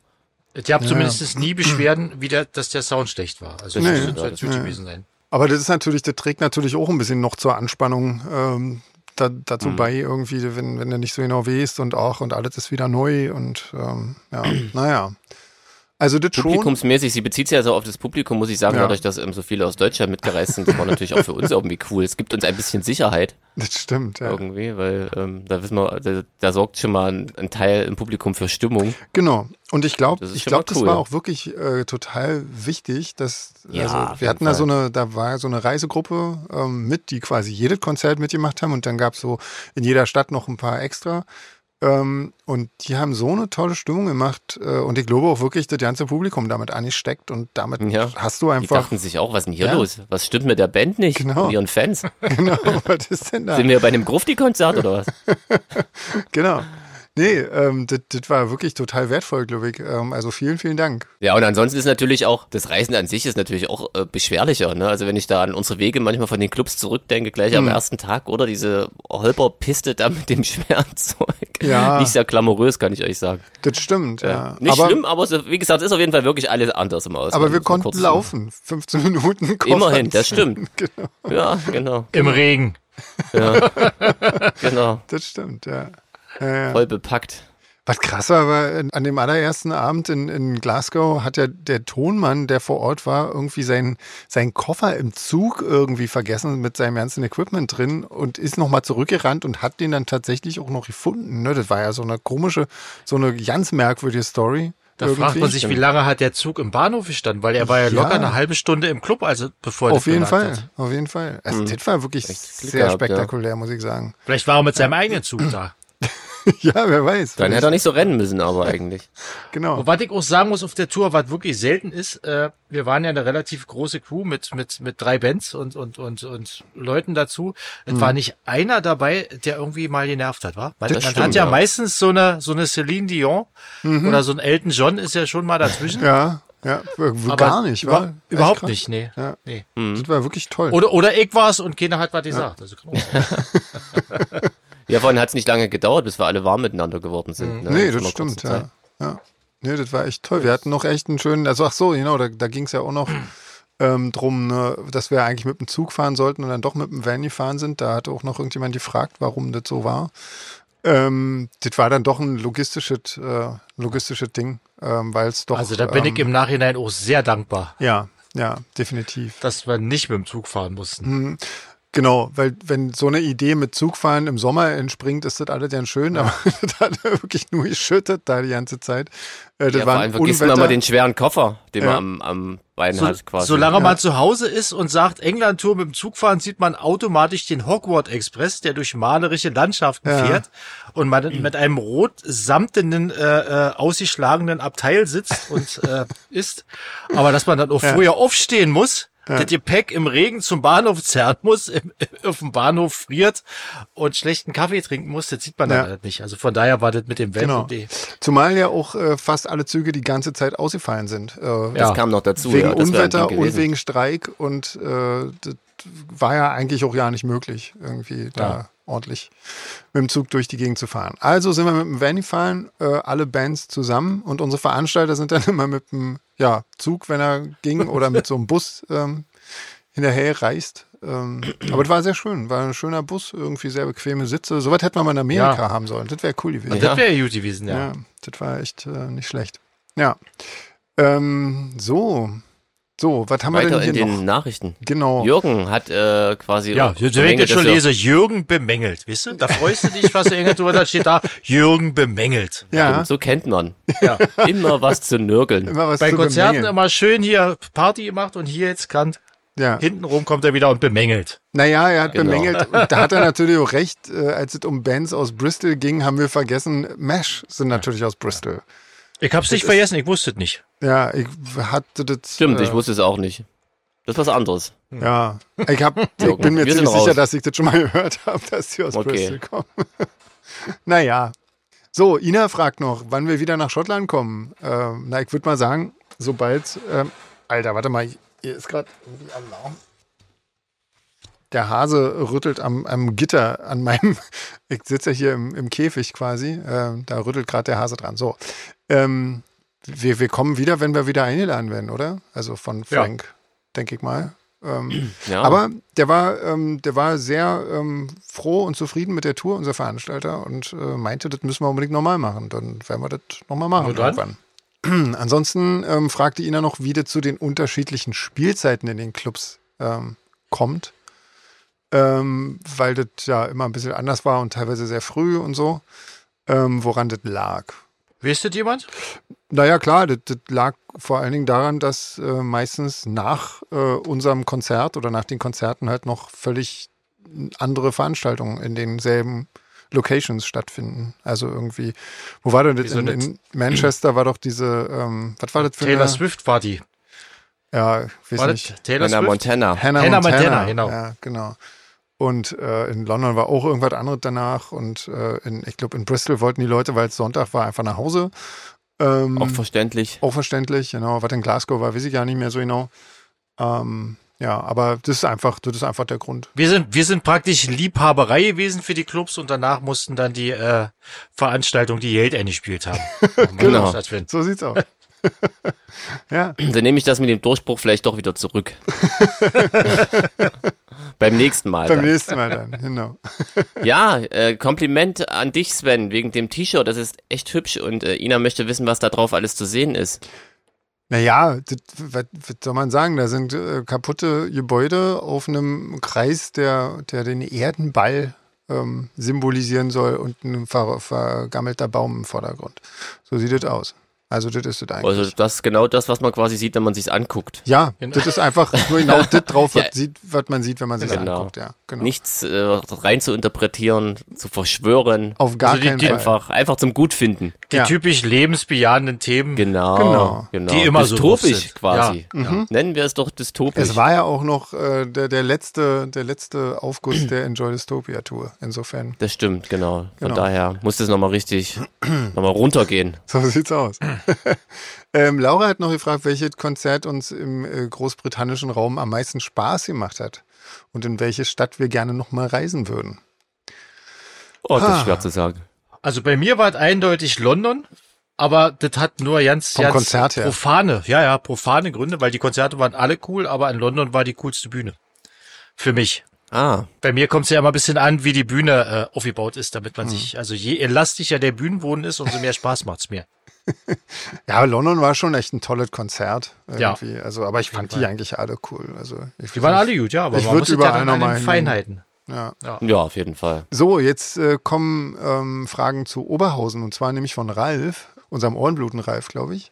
[SPEAKER 2] Ich habe
[SPEAKER 1] Ja,
[SPEAKER 2] Also, zumindest nie Beschwerden, wie der, dass der Sound schlecht war. Also
[SPEAKER 1] Nee.
[SPEAKER 2] das muss
[SPEAKER 3] Ja,
[SPEAKER 2] halt
[SPEAKER 3] das-
[SPEAKER 2] gut
[SPEAKER 1] ja.
[SPEAKER 2] gewesen sein.
[SPEAKER 1] Aber das ist natürlich, das trägt natürlich auch ein bisschen noch zur Anspannung ähm, da, dazu bei, irgendwie, wenn, wenn du nicht so genau wehst und auch und alles ist wieder neu und ähm, ja, naja. Also das schon.
[SPEAKER 3] publikumsmäßig, sie bezieht sich ja so auf das Publikum, muss ich sagen,
[SPEAKER 1] Ja.
[SPEAKER 3] dadurch, dass ähm, so viele aus Deutschland mitgereist sind, das war natürlich auch für uns irgendwie cool. Es gibt uns ein bisschen Sicherheit
[SPEAKER 1] Das stimmt, ja.
[SPEAKER 3] irgendwie, weil ähm, da wissen wir, da, da sorgt schon mal ein, ein Teil im Publikum für Stimmung.
[SPEAKER 1] Genau. Und ich glaube,
[SPEAKER 3] Das ist
[SPEAKER 1] ich
[SPEAKER 3] schon
[SPEAKER 1] glaube,
[SPEAKER 3] mal
[SPEAKER 1] das
[SPEAKER 3] cool.
[SPEAKER 1] war auch wirklich äh, total wichtig, dass
[SPEAKER 3] Ja, auf
[SPEAKER 1] also,
[SPEAKER 3] jeden
[SPEAKER 1] wir hatten da
[SPEAKER 3] Fall.
[SPEAKER 1] so eine, da war so eine Reisegruppe ähm, mit, die quasi jedes Konzert mitgemacht haben und dann gab es so in jeder Stadt noch ein paar extra. Ähm, und die haben so eine tolle Stimmung gemacht äh, und ich glaube auch wirklich, das ganze Publikum damit angesteckt und damit
[SPEAKER 3] Ja.
[SPEAKER 1] hast du
[SPEAKER 3] Die
[SPEAKER 1] einfach
[SPEAKER 3] dachten sich auch, was ist denn hier
[SPEAKER 1] Ja.
[SPEAKER 3] los? Was stimmt mit der Band nicht?
[SPEAKER 1] Genau.
[SPEAKER 3] Und ihren Fans?
[SPEAKER 1] genau, was ist denn da?
[SPEAKER 3] Sind wir bei einem Grufti-Konzert oder was?
[SPEAKER 1] Genau. Nee, ähm, das das war wirklich total wertvoll, glaube ich. Ähm, also vielen, vielen Dank.
[SPEAKER 3] Ja, und ansonsten ist natürlich auch, das Reisen an sich ist natürlich auch äh, beschwerlicher. Ne? Also wenn ich da an unsere Wege manchmal von den Clubs zurückdenke, gleich
[SPEAKER 1] Hm.
[SPEAKER 3] am ersten Tag oder diese Holperpiste da mit dem schweren Zeug.
[SPEAKER 1] Ja.
[SPEAKER 3] Nicht sehr glamourös, kann ich euch sagen.
[SPEAKER 1] Das stimmt, ja.
[SPEAKER 3] Nicht
[SPEAKER 1] aber,
[SPEAKER 3] schlimm, aber so, wie gesagt, ist auf jeden Fall wirklich alles anders im Ausland.
[SPEAKER 1] Aber wir
[SPEAKER 3] muss man
[SPEAKER 1] konnten
[SPEAKER 3] kurz-
[SPEAKER 1] laufen. 15 Minuten Koffer
[SPEAKER 3] Immerhin, das stimmt.
[SPEAKER 1] Genau,
[SPEAKER 3] Ja, genau,
[SPEAKER 2] Im Regen.
[SPEAKER 3] genau.
[SPEAKER 1] das stimmt, ja. Ja, ja.
[SPEAKER 3] Voll bepackt.
[SPEAKER 1] Was krasser war, in- an dem allerersten Abend in, in Glasgow hat ja der Tonmann, der vor Ort war, irgendwie seinen, seinen Koffer im Zug irgendwie vergessen mit seinem ganzen Equipment drin und ist nochmal zurückgerannt und hat den dann tatsächlich auch noch gefunden. Ne? Das war ja so eine komische, so eine ganz merkwürdige Story.
[SPEAKER 2] Da fragt man sich, wie lange hat der Zug im Bahnhof gestanden, weil er war ja,
[SPEAKER 1] Ja.
[SPEAKER 2] locker eine halbe Stunde im Club, also bevor er
[SPEAKER 1] Auf
[SPEAKER 2] das
[SPEAKER 1] jeden
[SPEAKER 2] bemerkt
[SPEAKER 1] Fall,
[SPEAKER 2] Hat.
[SPEAKER 1] auf jeden Fall. Also, das war wirklich
[SPEAKER 3] Mhm. Glück
[SPEAKER 1] sehr
[SPEAKER 3] gehabt, ja.
[SPEAKER 1] spektakulär, muss ich sagen.
[SPEAKER 2] Vielleicht war er mit seinem eigenen Zug da.
[SPEAKER 1] ja, wer weiß.
[SPEAKER 3] Dann hätte er nicht so rennen müssen, aber eigentlich.
[SPEAKER 1] Genau.
[SPEAKER 2] Und was ich auch sagen muss auf der Tour, was wirklich selten ist, äh, wir waren ja eine relativ große Crew mit mit mit drei Bands und und und und Leuten dazu. Es
[SPEAKER 1] Mhm.
[SPEAKER 2] war nicht einer dabei, der irgendwie mal genervt hat, war? Man,
[SPEAKER 1] Das
[SPEAKER 2] man
[SPEAKER 1] stimmt, Mhm.
[SPEAKER 2] hat ja,
[SPEAKER 3] ja.
[SPEAKER 2] meistens so eine so eine Celine Dion oder so ein Elton John ist ja schon mal dazwischen.
[SPEAKER 1] Ja, ja, w- gar nicht,
[SPEAKER 2] über,
[SPEAKER 1] war?
[SPEAKER 2] Überhaupt nicht, nee.
[SPEAKER 1] Ja.
[SPEAKER 2] nee.
[SPEAKER 1] Das war wirklich toll.
[SPEAKER 2] Oder oder ich war's und keiner hat was gesagt. Also, kann auch sein.
[SPEAKER 3] Ja, vorhin hat es nicht lange gedauert, bis wir alle warm miteinander geworden sind. Ne?
[SPEAKER 1] Mhm. nee,
[SPEAKER 3] In so
[SPEAKER 1] das
[SPEAKER 3] einer kurzen
[SPEAKER 1] stimmt,
[SPEAKER 3] Zeit.
[SPEAKER 1] ja. ja. Nee, das war echt toll. Wir hatten noch echt einen schönen, also ach so, genau, da, da ging es ja auch noch ähm, drum, ne, dass wir eigentlich mit dem Zug fahren sollten und dann doch mit dem Van gefahren sind. Da hatte auch noch irgendjemand gefragt, warum das so war. Ähm, das war dann doch ein logistisches, äh, logistisches Ding, ähm, weil es doch.
[SPEAKER 2] also da bin
[SPEAKER 1] ähm,
[SPEAKER 2] ich im Nachhinein auch sehr dankbar,
[SPEAKER 1] Ja, ja, definitiv.
[SPEAKER 2] dass wir nicht mit dem Zug fahren mussten.
[SPEAKER 1] Genau, weil wenn so eine Idee mit Zugfahren im Sommer entspringt, ist das alles dann schön, aber das hat wirklich nur geschüttet da die ganze Zeit. Äh, Das
[SPEAKER 3] Ja,
[SPEAKER 1] war
[SPEAKER 3] vor allem
[SPEAKER 1] ein
[SPEAKER 3] vergisst
[SPEAKER 1] Unwetter.
[SPEAKER 3] man mal den schweren Koffer, den
[SPEAKER 1] Ja.
[SPEAKER 3] man am, am Bein
[SPEAKER 2] So,
[SPEAKER 3] hat quasi.
[SPEAKER 2] Solange man zu Hause ist und sagt England-Tour mit dem Zug fahren, sieht man automatisch den Hogwarts-Express, der durch malerische Landschaften
[SPEAKER 1] Ja.
[SPEAKER 2] fährt und man mit einem rot samtenen, äh, äh, ausgeschlagenen Abteil sitzt und äh, isst. Aber dass man dann auch vorher aufstehen muss, das Gepäck im Regen zum Bahnhof zerren muss, im, auf dem Bahnhof friert und schlechten Kaffee trinken muss, das sieht man
[SPEAKER 1] Ja.
[SPEAKER 2] dann halt nicht. Also von daher war das mit dem
[SPEAKER 1] Genau.
[SPEAKER 2] Welt.
[SPEAKER 1] Zumal ja auch äh, fast alle Züge die ganze Zeit ausgefallen sind. Äh,
[SPEAKER 3] das
[SPEAKER 2] Ja.
[SPEAKER 3] kam noch dazu.
[SPEAKER 1] Wegen
[SPEAKER 3] ja, halt das wär ein
[SPEAKER 1] Unwetter
[SPEAKER 3] Ding
[SPEAKER 1] und
[SPEAKER 3] gewesen.
[SPEAKER 1] wegen Streik und äh, das war ja eigentlich auch ja nicht möglich, irgendwie da ordentlich mit dem Zug durch die Gegend zu fahren. Also sind wir mit dem Van gefahren, äh, alle Bands zusammen und unsere Veranstalter sind dann immer mit dem ja, Zug, wenn er ging, oder mit so einem Bus ähm, hinterher reist. Ähm, aber es war sehr schön, war ein schöner Bus, irgendwie sehr bequeme Sitze. Sowas hätte man mal in Amerika haben sollen. Das wäre cool gewesen.
[SPEAKER 2] Das wäre gut gewesen, ja.
[SPEAKER 1] Ja, das war echt äh, nicht schlecht. Ja. Ähm, so. So, was haben wir
[SPEAKER 3] Weiter
[SPEAKER 1] denn
[SPEAKER 3] in
[SPEAKER 1] hier
[SPEAKER 3] den
[SPEAKER 1] noch?
[SPEAKER 3] Nachrichten.
[SPEAKER 1] Genau.
[SPEAKER 3] Jürgen hat äh, quasi.
[SPEAKER 2] Ja, jetzt, wenn ich
[SPEAKER 3] bemängelt,
[SPEAKER 2] das schon
[SPEAKER 3] dass wir-
[SPEAKER 2] lese, Jürgen bemängelt, weißt du? Da freust du dich fast irgendwo, drüber, da steht da, Jürgen bemängelt.
[SPEAKER 1] Ja,
[SPEAKER 3] Stimmt, So kennt man.
[SPEAKER 2] Ja.
[SPEAKER 3] Immer was zu nörgeln.
[SPEAKER 1] immer was
[SPEAKER 2] Bei
[SPEAKER 1] zu
[SPEAKER 2] Konzerten
[SPEAKER 1] bemängeln.
[SPEAKER 2] immer schön hier Party gemacht und hier jetzt kann,
[SPEAKER 1] Ja.
[SPEAKER 2] hintenrum kommt er wieder und bemängelt.
[SPEAKER 1] Naja, er hat
[SPEAKER 3] Genau.
[SPEAKER 1] bemängelt, und da hat er natürlich auch recht, äh, als es um Bands aus Bristol ging, haben wir vergessen, Mesh sind natürlich aus Bristol.
[SPEAKER 2] Ich hab's nicht vergessen, ich wusste es nicht.
[SPEAKER 1] Ja, ich hatte das.
[SPEAKER 3] Stimmt,
[SPEAKER 1] äh,
[SPEAKER 3] ich wusste es auch nicht. Das ist was anderes.
[SPEAKER 1] Ja, ich, hab, ich
[SPEAKER 3] Jürgen,
[SPEAKER 1] bin mir
[SPEAKER 3] Hm. wir sind
[SPEAKER 1] ziemlich sicher,
[SPEAKER 3] raus.
[SPEAKER 1] dass ich das schon mal gehört habe, dass die aus
[SPEAKER 3] Okay.
[SPEAKER 1] Bristol kommen. naja, So, Ina fragt noch, wann wir wieder nach Schottland kommen. Ähm, na, ich würde mal sagen, sobald. Ähm, Alter, warte mal, hier ist gerade irgendwie Alarm. Der Hase rüttelt am, am Gitter an meinem. ich sitze ja hier im, im Käfig quasi. Ähm, da rüttelt gerade der Hase dran. So. Ähm, wir, wir kommen wieder, wenn wir wieder eingeladen werden, oder? Also von
[SPEAKER 2] Ja.
[SPEAKER 1] Frank, denke ich mal. Ähm,
[SPEAKER 3] Ja.
[SPEAKER 1] Aber der war, ähm, der war sehr ähm, froh und zufrieden mit der Tour, unser Veranstalter, und äh, meinte, das müssen wir unbedingt nochmal machen. Dann werden wir das nochmal machen
[SPEAKER 2] Nur dann?
[SPEAKER 1] irgendwann. Ansonsten ähm, fragte ihn er noch, wie das zu den unterschiedlichen Spielzeiten in den Clubs ähm, kommt. Ähm, weil das ja immer ein bisschen anders war und teilweise sehr früh und so, ähm, woran das lag.
[SPEAKER 2] Wisst ihr jemand?
[SPEAKER 1] Naja, klar, das, das lag vor allen Dingen daran, dass äh, meistens nach äh, unserem Konzert oder nach den Konzerten halt noch völlig andere Veranstaltungen in denselben Locations stattfinden. Also irgendwie, wo war denn das?
[SPEAKER 2] Wieso
[SPEAKER 1] In,
[SPEAKER 2] nicht?
[SPEAKER 1] in Manchester war doch diese, ähm, was war das für
[SPEAKER 2] Taylor
[SPEAKER 1] eine?
[SPEAKER 2] Swift war die.
[SPEAKER 1] Ja, ich weiß
[SPEAKER 2] War das
[SPEAKER 1] nicht.
[SPEAKER 2] Taylor
[SPEAKER 3] Hannah
[SPEAKER 2] Swift?
[SPEAKER 3] Montana.
[SPEAKER 1] Hannah,
[SPEAKER 2] Hannah
[SPEAKER 1] Montana.
[SPEAKER 2] Montana, genau.
[SPEAKER 1] Ja, genau. Und äh, in London war auch irgendwas anderes danach und äh, in, ich glaube in Bristol wollten die Leute, weil es Sonntag war, einfach nach Hause. Ähm,
[SPEAKER 3] Auch verständlich.
[SPEAKER 1] auch verständlich, genau. Was in Glasgow war, weiß ich gar nicht mehr so genau. Ähm, ja, aber das ist einfach, das ist einfach der Grund.
[SPEAKER 2] Wir sind, wir sind praktisch Liebhaberei gewesen für die Clubs und danach mussten dann die äh, Veranstaltung, die Geld eingespielt haben.
[SPEAKER 3] Genau.
[SPEAKER 2] Muss das werden.
[SPEAKER 1] So sieht's aus. ja,
[SPEAKER 3] Dann nehme ich das mit dem Durchbruch vielleicht doch wieder zurück. Beim nächsten Mal.
[SPEAKER 1] beim
[SPEAKER 3] Dann.
[SPEAKER 1] nächsten Mal dann, genau.
[SPEAKER 3] Ja, äh, Kompliment an dich, Sven, wegen dem T-Shirt. Das ist echt hübsch und äh, Ina möchte wissen, was da drauf alles zu sehen ist.
[SPEAKER 1] Naja, das, was, was soll man sagen? Da sind äh, kaputte Gebäude auf einem Kreis, der, der den Erdenball ähm, symbolisieren soll und ein ver vergammelter Baum im Vordergrund. So sieht das aus. Also das ist das eigentlich.
[SPEAKER 3] Also das ist genau das, was man quasi sieht, wenn man sich's anguckt.
[SPEAKER 1] ja, das ist einfach nur genau das drauf, was,
[SPEAKER 3] Ja.
[SPEAKER 1] sieht, was man sieht, wenn man sich
[SPEAKER 3] Genau.
[SPEAKER 1] anguckt. Ja, genau.
[SPEAKER 3] Nichts äh, rein zu interpretieren, zu verschwören.
[SPEAKER 1] Auf gar
[SPEAKER 2] Also die-
[SPEAKER 1] keinen
[SPEAKER 2] die-
[SPEAKER 1] Fall.
[SPEAKER 3] Einfach, einfach zum Gutfinden.
[SPEAKER 2] Die
[SPEAKER 1] Ja.
[SPEAKER 2] typisch lebensbejahenden Themen.
[SPEAKER 3] Genau,
[SPEAKER 1] Genau. Mhm.
[SPEAKER 3] genau.
[SPEAKER 2] Die immer so drauf
[SPEAKER 3] dystopisch
[SPEAKER 2] sind.
[SPEAKER 3] quasi.
[SPEAKER 2] Ja, ja.
[SPEAKER 3] Nennen wir es doch dystopisch.
[SPEAKER 1] Es war ja auch noch äh, der, der, letzte, der letzte Aufguss der Enjoy Dystopia Tour. Insofern.
[SPEAKER 3] das stimmt, genau. Von
[SPEAKER 1] Genau. Ah.
[SPEAKER 3] daher muss das nochmal richtig nochmal runtergehen.
[SPEAKER 1] So sieht's aus. ähm, Laura hat noch gefragt, welches Konzert uns im äh, großbritannischen Raum am meisten Spaß gemacht hat und in welche Stadt wir gerne nochmal reisen würden.
[SPEAKER 3] Oh, das
[SPEAKER 1] Ah.
[SPEAKER 3] ist schwer zu sagen.
[SPEAKER 2] Also bei mir war es eindeutig London, aber das hat nur ganz,
[SPEAKER 1] Vom
[SPEAKER 2] ganz
[SPEAKER 1] Konzert her.
[SPEAKER 2] profane, ja, ja, profane Gründe, weil die Konzerte waren alle cool, aber in London war die coolste Bühne. Für mich.
[SPEAKER 3] Ah,
[SPEAKER 2] Bei mir kommt es ja immer ein bisschen an, wie die Bühne äh, aufgebaut ist, damit
[SPEAKER 1] Mhm.
[SPEAKER 2] man sich, also je elastischer der Bühnenboden ist, umso mehr Spaß macht's mir.
[SPEAKER 1] Ja, London war schon echt ein tolles Konzert.
[SPEAKER 2] Ja.
[SPEAKER 1] Irgendwie. Also, aber ich fand die eigentlich alle cool. Also, ich
[SPEAKER 2] Die waren alle gut, ja, aber
[SPEAKER 1] Ich
[SPEAKER 2] man
[SPEAKER 1] würd
[SPEAKER 2] muss es ja
[SPEAKER 1] überall
[SPEAKER 2] dann an
[SPEAKER 1] noch mal
[SPEAKER 2] den
[SPEAKER 1] hin.
[SPEAKER 2] Feinheiten.
[SPEAKER 1] Ja.
[SPEAKER 3] ja, auf jeden Fall.
[SPEAKER 1] So, jetzt äh, kommen ähm, Fragen zu Oberhausen und zwar nämlich von Ralf, unserem Ohrenbluten-Ralf, glaube ich.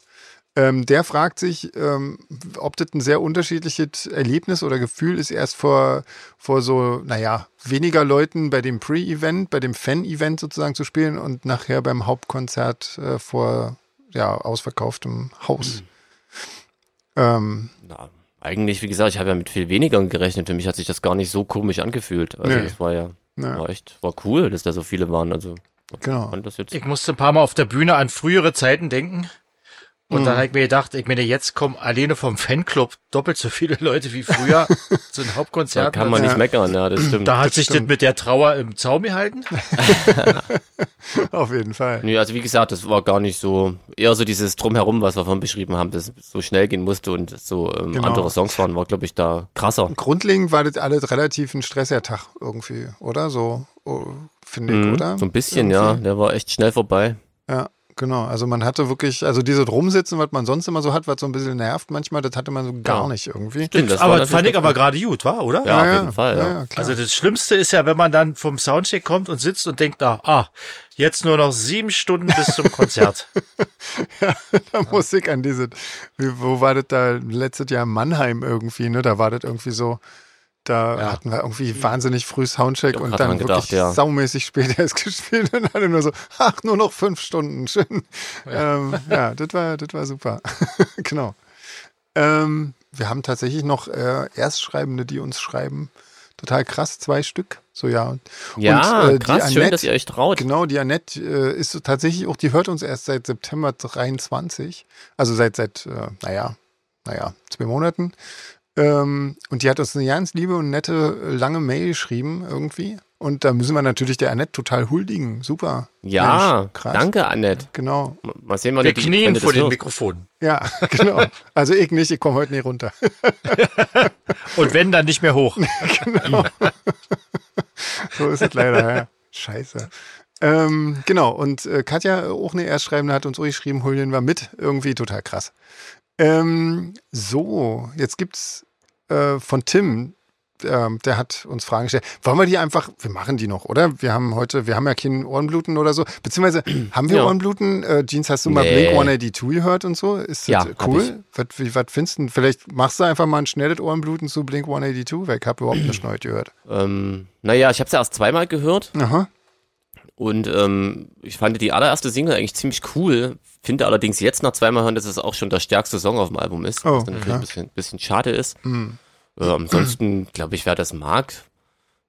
[SPEAKER 1] Ähm, der fragt sich, ähm, ob das ein sehr unterschiedliches Erlebnis oder Gefühl ist, erst vor, vor so, naja, weniger Leuten bei dem Pre-Event, bei dem Fan-Event sozusagen zu spielen und nachher beim Hauptkonzert äh, vor ja, ausverkauftem Haus.
[SPEAKER 3] Mhm.
[SPEAKER 1] Ähm,
[SPEAKER 3] Na, eigentlich, wie gesagt, ich habe ja mit viel weniger gerechnet. Für mich hat sich das gar nicht so komisch angefühlt. Also
[SPEAKER 1] Nee.
[SPEAKER 3] das war ja,
[SPEAKER 1] Ja.
[SPEAKER 3] war echt, war cool, dass da so viele waren. Also
[SPEAKER 1] genau.
[SPEAKER 3] fand das jetzt.
[SPEAKER 2] Ich musste ein paar Mal auf der Bühne an frühere Zeiten denken.
[SPEAKER 1] Mhm.
[SPEAKER 2] Und dann habe ich mir gedacht, ich meine, jetzt kommen alleine vom Fanclub doppelt so viele Leute wie früher zu den
[SPEAKER 3] da
[SPEAKER 2] Hauptkonzerten.
[SPEAKER 3] kann man
[SPEAKER 2] Also,
[SPEAKER 3] nicht meckern, ja, das stimmt.
[SPEAKER 2] da hat sich das mit der Trauer im Zaum gehalten.
[SPEAKER 1] Auf jeden Fall.
[SPEAKER 3] Nee, also wie gesagt, das war gar nicht so, eher so dieses Drumherum, was wir vorhin beschrieben haben, dass es so schnell gehen musste und so ähm,
[SPEAKER 1] Genau.
[SPEAKER 3] andere Songs waren, war glaube ich da krasser.
[SPEAKER 1] Grundlegend war das alles relativ ein stressiger Tag irgendwie, oder? So, oh, finde ich, oder?
[SPEAKER 3] Mhm. So ein bisschen, ja, der war echt schnell vorbei.
[SPEAKER 1] Ja, genau. Also man hatte wirklich, also dieses Rumsitzen, was man sonst immer so hat, was so ein bisschen nervt manchmal, das hatte man so gar
[SPEAKER 3] Ja.
[SPEAKER 1] nicht irgendwie.
[SPEAKER 3] Stimmt, das
[SPEAKER 2] aber
[SPEAKER 3] war
[SPEAKER 2] das fand
[SPEAKER 3] natürlich-
[SPEAKER 2] ich aber gerade gut, war, oder?
[SPEAKER 3] Ja, auf jeden Fall, ja.
[SPEAKER 1] klar.
[SPEAKER 2] Also das Schlimmste ist ja, wenn man dann vom Soundcheck kommt und sitzt und denkt, ah, ah jetzt nur noch sieben Stunden bis zum Konzert.
[SPEAKER 1] da muss ich an diese, wie, wo war das da letztes Jahr in Mannheim irgendwie, ne? Da war das irgendwie so, da
[SPEAKER 2] Ja.
[SPEAKER 1] hatten wir irgendwie wahnsinnig früh Soundcheck
[SPEAKER 3] hab
[SPEAKER 1] und
[SPEAKER 3] grad
[SPEAKER 1] dann
[SPEAKER 3] dran gedacht,
[SPEAKER 1] wirklich
[SPEAKER 3] ja.
[SPEAKER 1] saumäßig spät erst gespielt und alle nur so, ach, nur noch fünf Stunden, schön.
[SPEAKER 3] Oh
[SPEAKER 1] Ja, ähm, ja das war, das war super. genau. Ähm, wir haben tatsächlich noch äh, Erstschreibende, die uns schreiben, Total krass, zwei Stück. So ja. Und,
[SPEAKER 3] Ja,
[SPEAKER 1] äh, die
[SPEAKER 3] krass, schön,
[SPEAKER 1] Annette-
[SPEAKER 3] dass ihr euch traut.
[SPEAKER 1] Genau, die Annette äh, ist tatsächlich auch, die hört uns erst seit September 23, also seit, seit äh, naja, naja, zwei Monaten. Ähm, und die hat uns eine ganz liebe und nette, äh, lange Mail geschrieben irgendwie. Und da müssen wir natürlich der Annette total huldigen. Super.
[SPEAKER 3] Ja,
[SPEAKER 1] Mensch, krass.
[SPEAKER 3] danke, Annette.
[SPEAKER 1] Genau.
[SPEAKER 3] Mal sehen, wann
[SPEAKER 2] Wir
[SPEAKER 3] du die-
[SPEAKER 2] knien
[SPEAKER 3] wenn du
[SPEAKER 2] vor
[SPEAKER 3] das
[SPEAKER 2] dem
[SPEAKER 3] hörst.
[SPEAKER 2] Mikrofon.
[SPEAKER 1] Ja, genau. Also ich nicht, ich komme heute nicht runter.
[SPEAKER 2] Und wenn, dann nicht mehr hoch.
[SPEAKER 1] So ist es leider, ja. Scheiße. Ähm, genau, und äh, Katja, äh, auch eine Erstschreibende, hat uns auch geschrieben, Julien war mit. Irgendwie total krass. Ähm, so, jetzt gibt's äh, von Tim, ähm, der hat uns Fragen gestellt. Wollen wir die einfach, wir machen die noch, oder? Wir haben heute, wir haben ja keinen Ohrenbluten oder so. Beziehungsweise, haben wir
[SPEAKER 3] Ja.
[SPEAKER 1] Ohrenbluten? Äh, Jeans, hast du mal
[SPEAKER 3] Nee.
[SPEAKER 1] Blink-182 gehört und so? Ist
[SPEAKER 3] Ja,
[SPEAKER 1] das
[SPEAKER 3] hab ich.
[SPEAKER 1] cool? Was, wie- was findest du denn? Vielleicht machst du einfach mal ein schnelles Ohrenbluten zu Blink-182, weil ich habe überhaupt nicht neu gehört.
[SPEAKER 3] Ähm, naja, ich habe es ja erst zweimal gehört
[SPEAKER 1] Aha.
[SPEAKER 3] und ähm, ich fand die allererste Single eigentlich ziemlich cool. Finde allerdings jetzt nach zweimal hören, dass es auch schon der stärkste Song auf dem Album ist,
[SPEAKER 1] Oh,
[SPEAKER 3] was dann natürlich
[SPEAKER 1] ja. Mhm.
[SPEAKER 3] ein bisschen, bisschen schade ist. Äh, ansonsten glaube ich, wer das mag,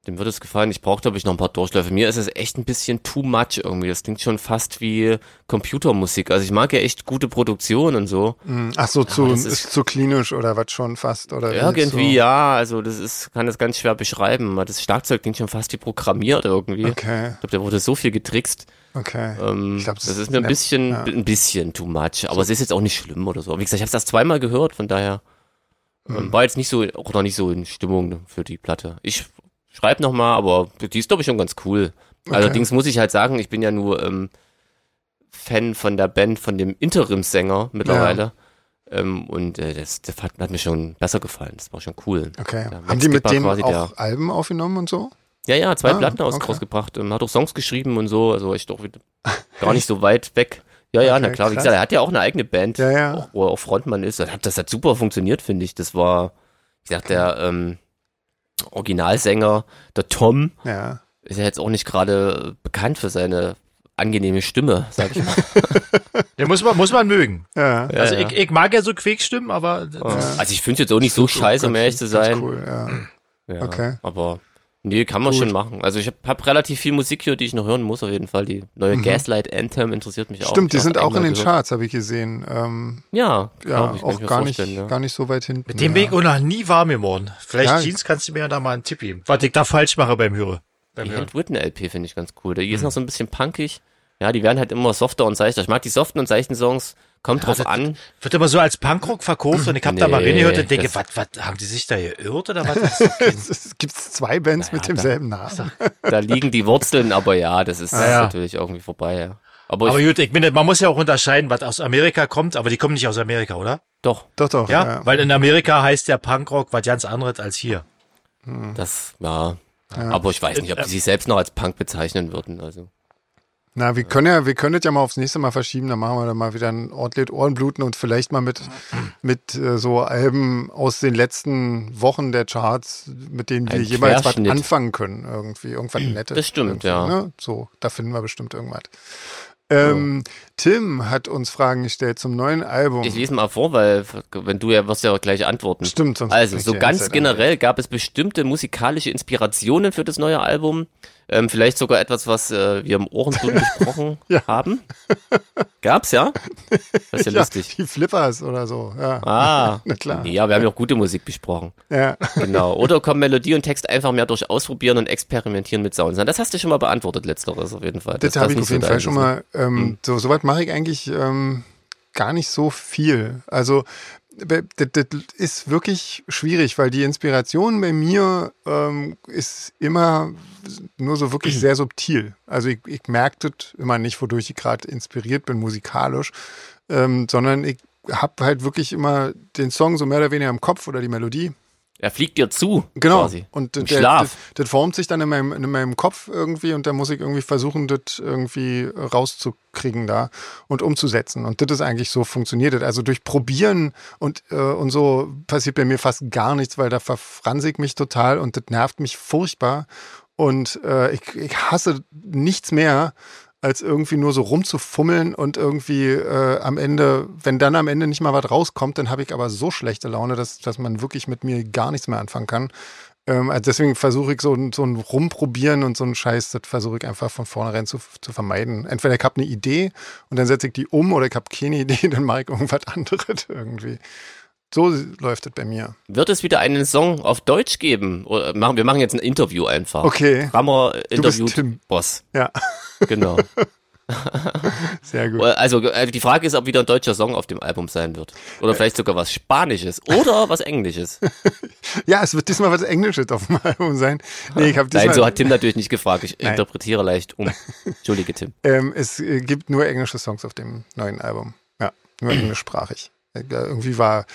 [SPEAKER 3] dem wird es gefallen. Ich brauche, glaube ich, noch ein paar Durchläufe. Mir ist es echt ein bisschen too much irgendwie. Das klingt schon fast wie Computermusik. Also ich mag ja echt gute Produktion und so.
[SPEAKER 1] Mm, Ach so, zu,
[SPEAKER 3] das
[SPEAKER 1] ist,
[SPEAKER 3] ist-
[SPEAKER 1] zu klinisch oder was schon fast oder wie?
[SPEAKER 3] Irgendwie,
[SPEAKER 1] so.
[SPEAKER 3] ja, also das ist, kann das ganz schwer beschreiben. weil Das Schlagzeug klingt schon fast wie programmiert irgendwie.
[SPEAKER 1] Okay,
[SPEAKER 3] Ich glaube, da wurde so viel getrickst.
[SPEAKER 1] okay.
[SPEAKER 3] Ähm,
[SPEAKER 1] Ich glaub, das
[SPEAKER 3] das, ist
[SPEAKER 1] ist
[SPEAKER 3] mir ein
[SPEAKER 1] nett,
[SPEAKER 3] bisschen,
[SPEAKER 1] ja.
[SPEAKER 3] ein bisschen too much. Aber es ist jetzt auch nicht schlimm oder so. Wie gesagt, ich habe es erst zweimal gehört, von daher
[SPEAKER 1] Mhm.
[SPEAKER 3] ähm, war jetzt nicht so, auch noch nicht so in Stimmung für die Platte. Ich schreibe nochmal, aber die ist, glaube ich, schon ganz cool. Allerdings muss ich halt sagen, ich bin ja nur ähm, Fan von der Band, von dem Interimsänger mittlerweile. Ähm, und äh, das, das hat, hat mir schon besser gefallen. Das war schon cool.
[SPEAKER 1] okay.
[SPEAKER 3] ja,
[SPEAKER 1] Haben
[SPEAKER 3] Max
[SPEAKER 1] die mit
[SPEAKER 3] Gippert
[SPEAKER 1] denen
[SPEAKER 3] quasi
[SPEAKER 1] auch Alben aufgenommen und so?
[SPEAKER 3] Ja, ja, zwei
[SPEAKER 1] Ah,
[SPEAKER 3] Platten aus,
[SPEAKER 1] okay.
[SPEAKER 3] rausgebracht. Ähm, hat auch Songs geschrieben und so. Also ich doch wieder gar nicht so weit weg. Ja, ja,
[SPEAKER 1] Okay,
[SPEAKER 3] na klar. Wie
[SPEAKER 1] krass.
[SPEAKER 3] gesagt, er hat ja auch eine eigene Band,
[SPEAKER 1] Ja, ja.
[SPEAKER 3] Auch, wo er auch Frontmann ist. Das hat, das hat super funktioniert, finde ich. Das war, ich sag, der ähm, Originalsänger, der Tom,
[SPEAKER 1] Ja.
[SPEAKER 3] ist ja jetzt auch nicht gerade bekannt für seine angenehme Stimme, sag ich mal.
[SPEAKER 2] Den muss man, muss man mögen.
[SPEAKER 1] Ja.
[SPEAKER 3] Ja,
[SPEAKER 2] also
[SPEAKER 3] ja.
[SPEAKER 2] Ich, ich mag ja so Quäkstimmen, aber das ist
[SPEAKER 3] Also ich finde jetzt auch nicht so scheiße, um ehrlich zu sein.
[SPEAKER 1] oh Ganz cool, ja.
[SPEAKER 3] Ja,
[SPEAKER 1] Okay.
[SPEAKER 3] Aber nee, kann man schon machen. Also ich habe hab relativ viel Musik hier, die ich noch hören muss auf jeden Fall. Die neue Gaslight Anthem interessiert mich
[SPEAKER 1] Mhm.
[SPEAKER 3] auch.
[SPEAKER 1] Stimmt, die
[SPEAKER 3] Ich hab
[SPEAKER 1] sind auch in
[SPEAKER 3] einmal
[SPEAKER 1] den
[SPEAKER 3] gehört.
[SPEAKER 1] Charts, habe ich gesehen. Ähm,
[SPEAKER 3] Ja,
[SPEAKER 1] ja,
[SPEAKER 3] glaub ich, kann ich
[SPEAKER 1] auch
[SPEAKER 3] mir
[SPEAKER 1] gar nicht,
[SPEAKER 3] vorstellen, ja.
[SPEAKER 1] gar nicht so weit hinten.
[SPEAKER 2] Mit dem
[SPEAKER 1] ja.
[SPEAKER 2] bin ich auch noch nie warm geworden. Vielleicht,
[SPEAKER 1] Ja.
[SPEAKER 2] Jeans, kannst du mir ja da mal einen Tipp geben. Was ich da falsch mache beim Hören. Beim
[SPEAKER 3] Die
[SPEAKER 2] Hören.
[SPEAKER 3] Hand Whitten LP finde ich ganz cool. Die
[SPEAKER 1] Mhm.
[SPEAKER 3] ist noch so ein bisschen punkig. Ja, die werden halt immer softer und seichter. Ich mag die soften und seichten Songs. Kommt drauf
[SPEAKER 2] das-
[SPEAKER 3] an.
[SPEAKER 2] Wird immer so als Punkrock verkauft und ich habe da mal
[SPEAKER 3] Nee,
[SPEAKER 2] reingehört und denke,
[SPEAKER 3] das-
[SPEAKER 2] was, was, haben die sich da geirrt oder was? Das
[SPEAKER 1] Es gibt zwei Bands mit
[SPEAKER 3] Naja,
[SPEAKER 1] demselben Namen.
[SPEAKER 3] Da liegen die Wurzeln, aber ja, das
[SPEAKER 1] Ah,
[SPEAKER 3] ist
[SPEAKER 2] ja.
[SPEAKER 3] natürlich irgendwie vorbei. Ja. Aber,
[SPEAKER 2] aber
[SPEAKER 3] ich,
[SPEAKER 2] gut, ich meine, man muss ja auch unterscheiden, was aus Amerika kommt, aber die kommen nicht aus Amerika, oder?
[SPEAKER 3] doch,
[SPEAKER 1] Doch, doch.
[SPEAKER 2] Ja, weil in Amerika heißt der Punkrock was ganz anderes als hier.
[SPEAKER 1] Mhm.
[SPEAKER 3] das, ja. Aber ich weiß nicht,
[SPEAKER 1] Äh,
[SPEAKER 3] ob die sich selbst noch als Punk bezeichnen würden. Also.
[SPEAKER 1] Na, wir können ja, wir können das ja mal aufs nächste Mal verschieben, dann machen wir dann mal wieder ein ordentliches Ohrenbluten und vielleicht mal mit, mit äh, so Alben aus den letzten Wochen der Charts, mit denen wir
[SPEAKER 3] Ein
[SPEAKER 1] jeweils was
[SPEAKER 3] Querschnitt.
[SPEAKER 1] anfangen können, irgendwie, irgendwas Nettes.
[SPEAKER 3] Das stimmt,
[SPEAKER 1] irgendwie,
[SPEAKER 3] ja.
[SPEAKER 1] Ne? So, da finden wir bestimmt irgendwas. Ähm, Tim hat uns Fragen gestellt zum neuen Album.
[SPEAKER 3] Ich lese mal vor, weil wenn du ja wirst ja gleich antworten.
[SPEAKER 1] Hm. Stimmt, sonst
[SPEAKER 3] Also
[SPEAKER 1] kriegt
[SPEAKER 3] so
[SPEAKER 1] ihr
[SPEAKER 3] ganz
[SPEAKER 1] Headset
[SPEAKER 3] generell gab es bestimmte musikalische Inspirationen für das neue Album. Ähm, vielleicht sogar etwas, was äh, wir im Ohrenbluten besprochen
[SPEAKER 1] Ja.
[SPEAKER 3] haben. Gab's ja? Das ist ja, lustig.
[SPEAKER 1] Die Flippers oder so, ja.
[SPEAKER 3] Ah,
[SPEAKER 1] Na klar.
[SPEAKER 3] ja, wir haben ja auch gute Musik besprochen.
[SPEAKER 1] ja.
[SPEAKER 3] Genau. Oder kommen Melodie und Text einfach mehr durch Ausprobieren und Experimentieren mit Sounds. Na, Das hast du schon mal beantwortet, letzteres auf jeden Fall.
[SPEAKER 1] Das,
[SPEAKER 3] Dass
[SPEAKER 1] habe ich
[SPEAKER 3] nicht
[SPEAKER 1] auf
[SPEAKER 3] so
[SPEAKER 1] jeden Fall
[SPEAKER 3] deins
[SPEAKER 1] schon
[SPEAKER 3] ist, ne?
[SPEAKER 1] mal. Ähm, So, soweit mache ich eigentlich ähm, gar nicht so viel. Also be- das, das ist wirklich schwierig, weil die Inspiration bei mir ähm, ist immer nur so wirklich sehr subtil. Also ich, ich merke das immer nicht, wodurch ich gerade inspiriert bin musikalisch, ähm, sondern ich habe halt wirklich immer den Song so mehr oder weniger im Kopf oder die Melodie
[SPEAKER 3] Er fliegt dir zu.
[SPEAKER 1] Genau.
[SPEAKER 3] Quasi.
[SPEAKER 1] Und
[SPEAKER 3] Im
[SPEAKER 1] das- das-
[SPEAKER 3] Schlaf.
[SPEAKER 1] Das, das formt sich dann in meinem, in meinem Kopf irgendwie und da muss ich irgendwie versuchen, das irgendwie rauszukriegen da und umzusetzen. Und das ist eigentlich so funktioniert. das. Also durch Probieren und, äh, und so passiert bei mir fast gar nichts, weil da verfranse ich mich total und das nervt mich furchtbar. Und äh, ich, ich hasse nichts mehr, als irgendwie nur so rumzufummeln und irgendwie äh, am Ende, wenn dann am Ende nicht mal was rauskommt, dann habe ich aber so schlechte Laune, dass, dass man wirklich mit mir gar nichts mehr anfangen kann. Ähm, also deswegen versuche ich so, ein- so ein Rumprobieren und so ein Scheiß, das versuche ich einfach von vornherein zu, zu vermeiden. Entweder ich habe eine Idee und dann setze ich die um oder ich habe keine Idee, dann mache ich irgendwas anderes irgendwie. So läuft es bei mir.
[SPEAKER 3] Wird es wieder einen Song auf Deutsch geben? Oder machen, wir machen jetzt ein Interview einfach.
[SPEAKER 1] Okay,
[SPEAKER 3] Rammer
[SPEAKER 1] bist
[SPEAKER 3] interviewt
[SPEAKER 1] Tim.
[SPEAKER 3] Boss.
[SPEAKER 1] ja,
[SPEAKER 3] Genau.
[SPEAKER 1] sehr gut.
[SPEAKER 3] also äh, die Frage ist, ob wieder ein deutscher Song auf dem Album sein wird. Oder vielleicht sogar was Spanisches oder was Englisches.
[SPEAKER 1] Ja, es wird diesmal was Englisches auf dem Album sein. Nee, ich habe diesmal.
[SPEAKER 3] Nein, so hat Tim natürlich nicht gefragt. Ich interpretiere leicht um. Entschuldige, Tim.
[SPEAKER 1] Ähm, es äh, gibt nur englische Songs auf dem neuen Album. Ja, nur englischsprachig. Äh, irgendwie war,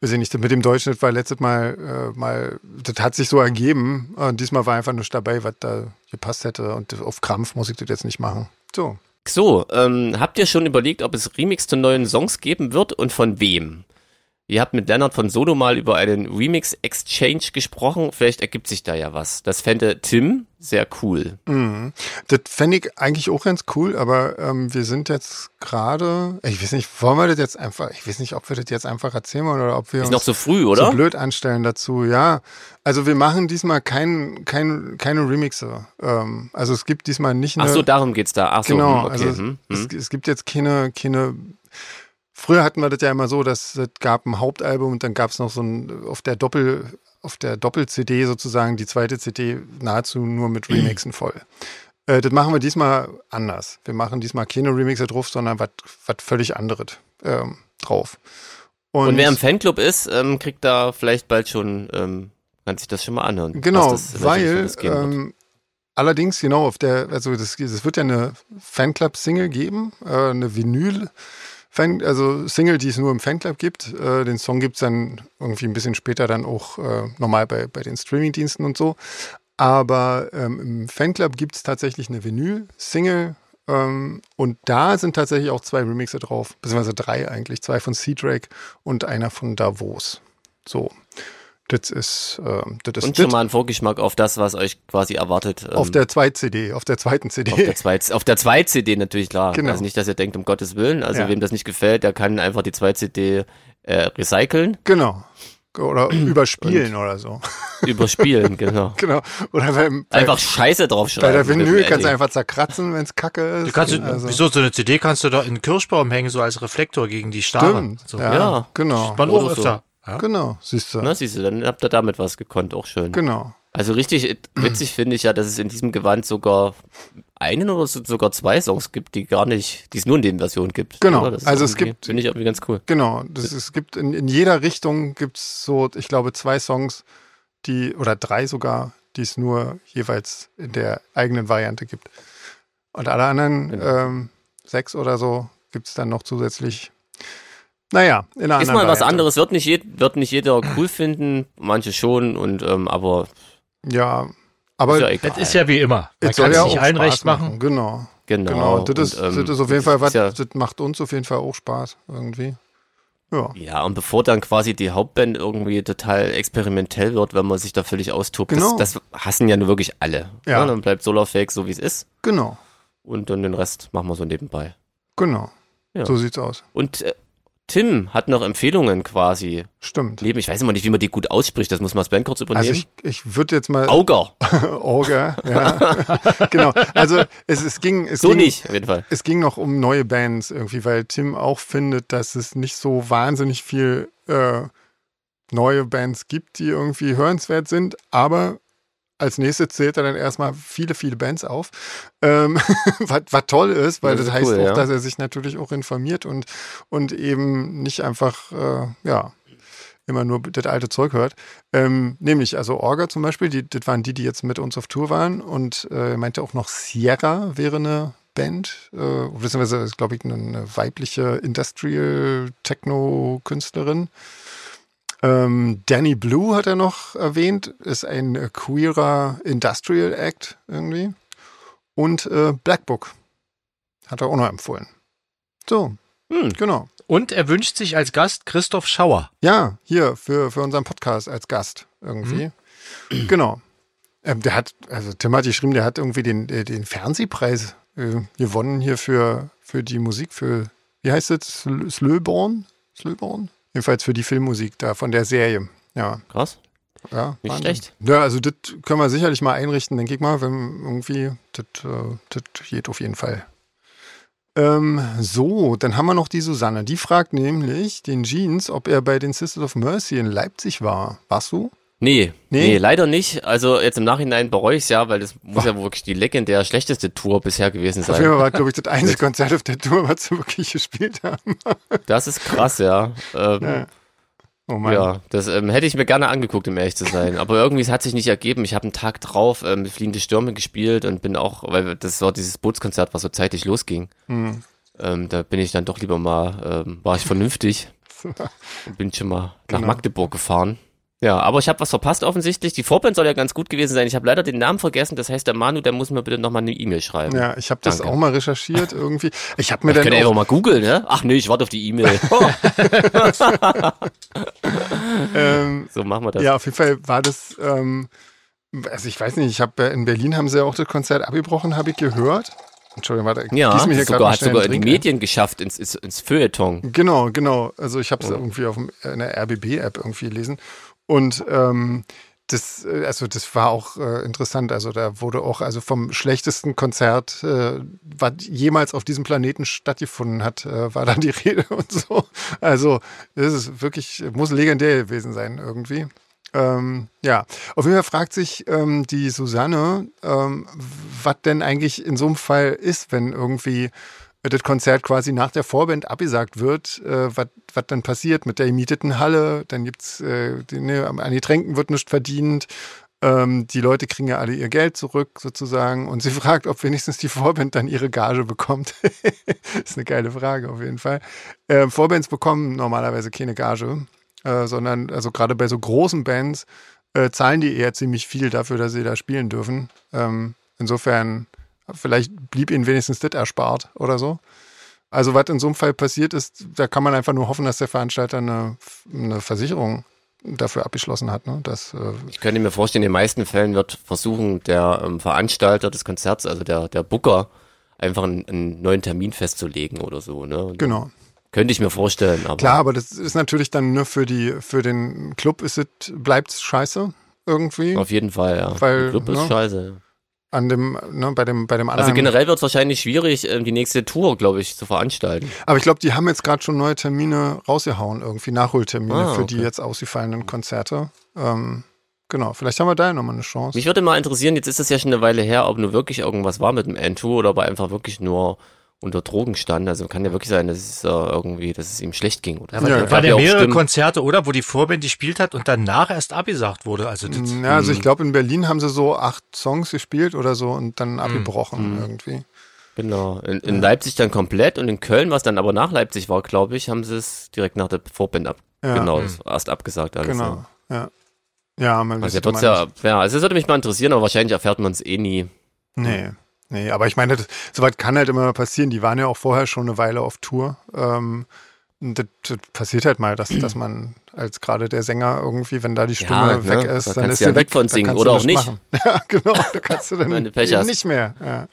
[SPEAKER 1] weiß ich nicht, das mit dem Deutschen, das war letztes Mal, äh, mal, das hat sich so ergeben. Und diesmal war einfach nichts dabei, was da gepasst hätte. Und auf Krampf muss ich das jetzt nicht machen. So.
[SPEAKER 3] So, ähm, habt ihr schon überlegt, ob es Remix zu neuen Songs geben wird und von wem? Ihr habt mit Lennart von Sodo mal über einen Remix-Exchange gesprochen. Vielleicht ergibt sich da ja was. Das fände Tim sehr cool.
[SPEAKER 1] Das fände ich eigentlich auch ganz cool, aber ähm, wir sind jetzt gerade, ich weiß nicht, wollen wir das jetzt einfach, ich weiß nicht, ob wir das jetzt einfach erzählen wollen oder ob wir
[SPEAKER 3] Ist
[SPEAKER 1] uns
[SPEAKER 3] noch so früh,
[SPEAKER 1] so
[SPEAKER 3] oder?
[SPEAKER 1] blöd anstellen dazu, ja. Also wir machen diesmal kein, kein, keine Remixe. Ähm, also es gibt diesmal nicht eine...
[SPEAKER 3] Ach so, darum geht's da. Ach so,
[SPEAKER 1] ne? genau,
[SPEAKER 3] hm, okay.
[SPEAKER 1] also
[SPEAKER 3] hm,
[SPEAKER 1] es,
[SPEAKER 3] hm.
[SPEAKER 1] es, es gibt jetzt keine, keine... Früher hatten wir das ja immer so, dass es gab ein Hauptalbum und dann gab es noch so ein, auf der Doppel, auf der Doppel-CD sozusagen, die zweite CD nahezu nur mit Remixen voll. Äh, das machen wir diesmal anders. Wir machen diesmal keine Remixe drauf, sondern was was völlig anderes ähm, drauf.
[SPEAKER 3] Und wer im Fanclub ist, ähm, kriegt da vielleicht bald schon, ähm, kann sich das schon mal anhören.
[SPEAKER 1] Genau,
[SPEAKER 3] was das- welche Richtung
[SPEAKER 1] weil
[SPEAKER 3] das gehen wird.
[SPEAKER 1] ähm, allerdings, genau, auf der, also das, es wird ja eine Fanclub-Single geben, äh, eine Vinyl. Fan, also Single, die es nur im Fanclub gibt. Äh, den Song gibt es dann irgendwie ein bisschen später dann auch äh, normal bei, bei den Streamingdiensten und so. Aber ähm, im Fanclub gibt es tatsächlich eine Vinyl-Single. Ähm, und da sind tatsächlich auch zwei Remixe drauf, beziehungsweise drei eigentlich. Zwei von C-Drake und einer von Davos. So. Das ist, ähm, das ist
[SPEAKER 3] Und
[SPEAKER 1] das.
[SPEAKER 3] schon mal ein Vorgeschmack auf das, was euch quasi erwartet. ähm,
[SPEAKER 1] Auf der zweiten CD, auf der zweiten CD.
[SPEAKER 3] Auf der, zweit, auf der zweit CD natürlich klar.
[SPEAKER 1] Genau.
[SPEAKER 3] Also nicht, dass ihr denkt, um Gottes Willen. Also
[SPEAKER 1] Ja.
[SPEAKER 3] wem das nicht gefällt, der kann einfach die zweit CD äh, recyceln,
[SPEAKER 1] genau. Oder überspielen oder so.
[SPEAKER 3] überspielen, genau.
[SPEAKER 1] Genau. Oder beim, bei,
[SPEAKER 3] Einfach Scheiße draufschreiben.
[SPEAKER 1] bei der Vinyl
[SPEAKER 3] Mit dem
[SPEAKER 1] kannst du
[SPEAKER 3] Edding.
[SPEAKER 1] einfach zerkratzen, wenn es kacke ist.
[SPEAKER 2] Du kannst,
[SPEAKER 1] also,
[SPEAKER 2] wieso, so eine CD kannst du da in den Kirschbaum hängen, so als Reflektor gegen die Starre.
[SPEAKER 1] stimmt.
[SPEAKER 2] So.
[SPEAKER 1] ja,
[SPEAKER 3] Ja. Ne?
[SPEAKER 1] genau.
[SPEAKER 2] Man
[SPEAKER 3] Oder
[SPEAKER 2] auch
[SPEAKER 3] so.
[SPEAKER 2] öfter. Ja.
[SPEAKER 1] Genau, siehst du.
[SPEAKER 3] Na, siehst du, dann habt ihr damit was gekonnt, auch schön.
[SPEAKER 1] Genau.
[SPEAKER 3] Also richtig äh, witzig finde ich ja, dass es in diesem Gewand sogar einen oder so- sogar zwei Songs gibt, die gar nicht, die es nur in den Versionen gibt.
[SPEAKER 1] Genau.
[SPEAKER 3] oder? Das ist
[SPEAKER 1] Also es
[SPEAKER 3] irgendwie-
[SPEAKER 1] gibt-
[SPEAKER 3] Finde ich irgendwie ganz cool.
[SPEAKER 1] Genau. Das, es gibt in, in jeder Richtung gibt es so, ich glaube, zwei Songs, die, oder drei sogar, die es nur jeweils in der eigenen Variante gibt. Und alle anderen,
[SPEAKER 3] Genau.
[SPEAKER 1] ähm, sechs oder so, gibt es dann noch zusätzlich. Naja, in einer
[SPEAKER 3] Ist
[SPEAKER 1] anderen
[SPEAKER 3] mal was
[SPEAKER 1] Variante.
[SPEAKER 3] anderes, wird nicht, jed wird nicht jeder cool finden, manche schon, und ähm, aber
[SPEAKER 1] Ja,
[SPEAKER 3] ist
[SPEAKER 1] aber
[SPEAKER 3] ja
[SPEAKER 1] es
[SPEAKER 3] egal.
[SPEAKER 2] Das ist ja wie immer. Man
[SPEAKER 1] soll
[SPEAKER 2] kann
[SPEAKER 1] ja
[SPEAKER 2] es nicht
[SPEAKER 1] auch
[SPEAKER 2] allen
[SPEAKER 1] Spaß
[SPEAKER 2] recht machen.
[SPEAKER 1] Genau,
[SPEAKER 3] Genau.
[SPEAKER 1] genau. das, ist,
[SPEAKER 3] Und, ähm,
[SPEAKER 1] das ist auf jeden Fall
[SPEAKER 3] das
[SPEAKER 1] was,
[SPEAKER 3] ist Ja,
[SPEAKER 1] das macht uns auf jeden Fall auch Spaß irgendwie. Ja,
[SPEAKER 3] ja, und bevor dann quasi die Hauptband irgendwie total experimentell wird, wenn man sich da völlig austobt,
[SPEAKER 1] Genau.
[SPEAKER 3] das, das hassen ja nur wirklich alle.
[SPEAKER 1] Ja.
[SPEAKER 3] Ja. dann bleibt Solarfake so, wie es ist.
[SPEAKER 1] genau,
[SPEAKER 3] Und dann den Rest machen wir so nebenbei.
[SPEAKER 1] genau.
[SPEAKER 3] Ja.
[SPEAKER 1] So sieht's aus.
[SPEAKER 3] Und äh, Tim hat noch Empfehlungen quasi.
[SPEAKER 1] Stimmt.
[SPEAKER 3] Leben, ich weiß immer nicht, wie man die gut ausspricht, das muss man Sven kurz übernehmen.
[SPEAKER 1] Also ich, äh, ich würde jetzt mal
[SPEAKER 3] Auger,
[SPEAKER 1] Auger, ja. genau. Also es, es ging, es
[SPEAKER 3] so
[SPEAKER 1] ging,
[SPEAKER 3] nicht, auf jeden Fall.
[SPEAKER 1] es ging noch um neue Bands irgendwie, weil Tim auch findet, dass es nicht so wahnsinnig viel äh, neue Bands gibt, die irgendwie hörenswert sind, aber als nächstes zählt er dann erstmal viele, viele Bands auf, ähm, was, was toll ist, weil
[SPEAKER 3] Das
[SPEAKER 1] das,
[SPEAKER 3] ist
[SPEAKER 1] heißt
[SPEAKER 3] cool,
[SPEAKER 1] auch,
[SPEAKER 3] ja.
[SPEAKER 1] dass er sich natürlich auch informiert und, und eben nicht einfach, äh, ja, immer nur das alte Zeug hört. Ähm, nämlich, also Orga zum Beispiel, die, das waren die, die jetzt mit uns auf Tour waren und äh, er meinte auch noch Sierra wäre eine Band, äh, beziehungsweise ist, glaube ich, eine, eine weibliche Industrial-Techno-Künstlerin. Ähm, Danny Blue hat er noch erwähnt, ist ein äh, queerer Industrial Act irgendwie. Und äh, Black Book hat er auch noch empfohlen. So,
[SPEAKER 3] Hm.
[SPEAKER 1] genau.
[SPEAKER 2] Und er wünscht sich als Gast Christoph Schauer.
[SPEAKER 1] Ja, hier für, für unseren Podcast als Gast irgendwie. Genau. Ähm, der hat, also Tim hat geschrieben, der hat irgendwie den, äh, den Fernsehpreis äh, gewonnen hier für, für die Musik, für, wie heißt es, Slöborn? Slöborn? Jedenfalls für die Filmmusik da von der Serie. Ja,
[SPEAKER 3] Krass.
[SPEAKER 1] Ja,
[SPEAKER 3] Nicht
[SPEAKER 1] Wahnsinn.
[SPEAKER 3] schlecht.
[SPEAKER 1] Ja, also das können wir sicherlich mal einrichten, denke ich mal, wenn irgendwie, das, äh, das geht auf jeden Fall. Ähm, so, dann haben wir noch die Susanne. Die fragt nämlich den Jeans, ob er bei den Sisters of Mercy in Leipzig war. Warst du?
[SPEAKER 3] Nee,
[SPEAKER 1] Nee?
[SPEAKER 3] nee, leider nicht. Also jetzt im Nachhinein bereue ich es ja, weil das muss ja wirklich die legendär schlechteste Tour bisher gewesen
[SPEAKER 1] Auf jeden
[SPEAKER 3] sein.
[SPEAKER 1] Fall war, glaube ich, das einzige Konzert auf der Tour, was sie wirklich gespielt haben.
[SPEAKER 3] Das ist krass, ja. Ähm,
[SPEAKER 1] Oh
[SPEAKER 3] ja.
[SPEAKER 1] Mann.
[SPEAKER 3] das ähm, hätte ich mir gerne angeguckt, um ehrlich zu sein. Aber irgendwie es hat sich nicht ergeben. Ich habe einen Tag drauf ähm, mit Fliehende Stürme gespielt und bin auch, weil das war dieses Bootskonzert, was so zeitig losging.
[SPEAKER 1] Mhm.
[SPEAKER 3] Ähm, da bin ich dann doch lieber mal, ähm, war ich vernünftig. bin schon mal nach
[SPEAKER 1] Genau.
[SPEAKER 3] Magdeburg gefahren. Ja, aber ich habe was verpasst offensichtlich. Die Vorband soll ja ganz gut gewesen sein. Ich habe leider den Namen vergessen. Das heißt, der Manu, der muss mir bitte nochmal eine E-Mail schreiben.
[SPEAKER 1] Ja, ich habe das
[SPEAKER 3] Danke.
[SPEAKER 1] auch mal recherchiert irgendwie. Ich habe mir
[SPEAKER 3] Ich
[SPEAKER 1] dann
[SPEAKER 3] könnte
[SPEAKER 1] auch
[SPEAKER 3] einfach mal googeln, ne? Ach nee, ich warte auf die E-Mail. Oh,
[SPEAKER 1] ähm,
[SPEAKER 3] so machen wir das.
[SPEAKER 1] Ja, auf jeden Fall war das, ähm, also ich weiß nicht, ich habe in Berlin haben sie ja auch das Konzert abgebrochen, habe ich gehört. Entschuldigung, warte, ich
[SPEAKER 3] ja
[SPEAKER 1] gieß mir hier gerade
[SPEAKER 3] hat sogar,
[SPEAKER 1] mal
[SPEAKER 3] hat
[SPEAKER 1] schnell
[SPEAKER 3] sogar
[SPEAKER 1] einen
[SPEAKER 3] in die
[SPEAKER 1] Drink.
[SPEAKER 3] Medien geschafft, ins, ins, ins Feuilleton.
[SPEAKER 1] ein. Genau, genau. Also ich habe es irgendwie auf dem, äh, in der RBB-App irgendwie gelesen. Und ähm, das, äh, also das war auch äh, interessant. Also da wurde auch also vom schlechtesten Konzert, äh, was jemals auf diesem Planeten stattgefunden hat, äh, war da die Rede und so. Also das ist wirklich, muss legendär gewesen sein irgendwie. Ähm, ja, auf jeden Fall fragt sich ähm, die Susanne, ähm, was denn eigentlich in so einem Fall ist, wenn irgendwie äh, das Konzert quasi nach der Vorband abgesagt wird, äh, was was dann passiert mit der gemieteten Halle, dann gibt's äh, die, ne, an Getränken wird nicht verdient, ähm, die Leute kriegen ja alle ihr Geld zurück sozusagen und sie fragt, ob wenigstens die Vorband dann ihre Gage bekommt. ist eine geile Frage auf jeden Fall. Äh, Vorbands bekommen normalerweise keine Gage, äh, sondern also gerade bei so großen Bands äh, zahlen die eher ziemlich viel dafür, dass sie da spielen dürfen. Ähm, insofern vielleicht blieb ihnen wenigstens das erspart oder so. Also was in so einem Fall passiert ist, da kann man einfach nur hoffen, dass der Veranstalter eine, eine Versicherung dafür abgeschlossen hat. Ne? Das, äh,
[SPEAKER 3] Ich könnte mir vorstellen, in den meisten Fällen wird versuchen, der ähm, Veranstalter des Konzerts, also der, der Booker, einfach einen, einen neuen Termin festzulegen oder so. Ne? Und
[SPEAKER 1] genau.
[SPEAKER 3] Könnte ich mir vorstellen, aber
[SPEAKER 1] Klar, aber das ist natürlich dann nur für die, für den Club ist es, bleibt's scheiße irgendwie.
[SPEAKER 3] auf jeden Fall, ja.
[SPEAKER 1] Weil,
[SPEAKER 3] Der Club ist
[SPEAKER 1] ne?
[SPEAKER 3] scheiße.
[SPEAKER 1] An dem, ne, bei dem, bei dem anderen.
[SPEAKER 3] Also generell wird es wahrscheinlich schwierig, ähm, die nächste Tour, glaube ich, zu veranstalten.
[SPEAKER 1] aber ich glaube, die haben jetzt gerade schon neue Termine rausgehauen, irgendwie Nachholtermine
[SPEAKER 3] Ah,
[SPEAKER 1] für die
[SPEAKER 3] okay.
[SPEAKER 1] jetzt ausgefallenen Konzerte. Ähm, genau, vielleicht haben wir da ja nochmal eine Chance.
[SPEAKER 3] Mich würde mal interessieren, jetzt ist das ja schon eine Weile her, ob nur wirklich irgendwas war mit dem Antu oder ob er einfach wirklich nur unter Drogen stand. Also kann ja wirklich sein, dass es äh, irgendwie, dass es ihm schlecht ging. Oder? so.
[SPEAKER 1] Ja,
[SPEAKER 3] Es
[SPEAKER 1] ja.
[SPEAKER 3] gab
[SPEAKER 2] Waren ja
[SPEAKER 3] auch
[SPEAKER 2] mehrere
[SPEAKER 3] Stimmen-
[SPEAKER 2] Konzerte, oder? Wo die Vorband gespielt hat und danach erst abgesagt wurde. Also das,
[SPEAKER 1] Ja, also
[SPEAKER 3] Mm.
[SPEAKER 1] ich glaube, in Berlin haben sie so acht Songs gespielt oder so und dann
[SPEAKER 3] Mm.
[SPEAKER 1] abgebrochen irgendwie.
[SPEAKER 3] Genau. In, in Leipzig dann komplett und in Köln, was dann aber nach Leipzig war, glaube ich, haben sie es direkt nach der Vorband ab.
[SPEAKER 1] Ja.
[SPEAKER 3] Genau, das war erst abgesagt alles.
[SPEAKER 1] Genau.
[SPEAKER 3] Ja.
[SPEAKER 1] Ja. Ja, man
[SPEAKER 3] Also,
[SPEAKER 1] wüsste
[SPEAKER 3] wird's
[SPEAKER 1] man
[SPEAKER 3] ja, ja, also das würde mich mal interessieren, aber wahrscheinlich erfährt man es eh nie.
[SPEAKER 1] Nee, nee, aber ich meine, das- sowas kann halt immer mal passieren. Die waren ja auch vorher schon eine Weile auf Tour. Ähm, und das, das passiert halt mal, dass, dass man als gerade der Sänger irgendwie, wenn da die Stimme
[SPEAKER 3] ne?
[SPEAKER 1] weg
[SPEAKER 3] Da
[SPEAKER 1] ist, dann ist
[SPEAKER 3] kannst du ja
[SPEAKER 1] sie
[SPEAKER 3] ein Lied
[SPEAKER 1] weg.
[SPEAKER 3] von
[SPEAKER 1] Da
[SPEAKER 3] singen
[SPEAKER 1] kannst
[SPEAKER 3] oder
[SPEAKER 1] du
[SPEAKER 3] auch
[SPEAKER 1] nichts
[SPEAKER 3] nicht.
[SPEAKER 1] machen. Ja, genau, da kannst du dann
[SPEAKER 3] Wenn du Pech
[SPEAKER 1] eben
[SPEAKER 3] hast.
[SPEAKER 1] nicht mehr. Ja,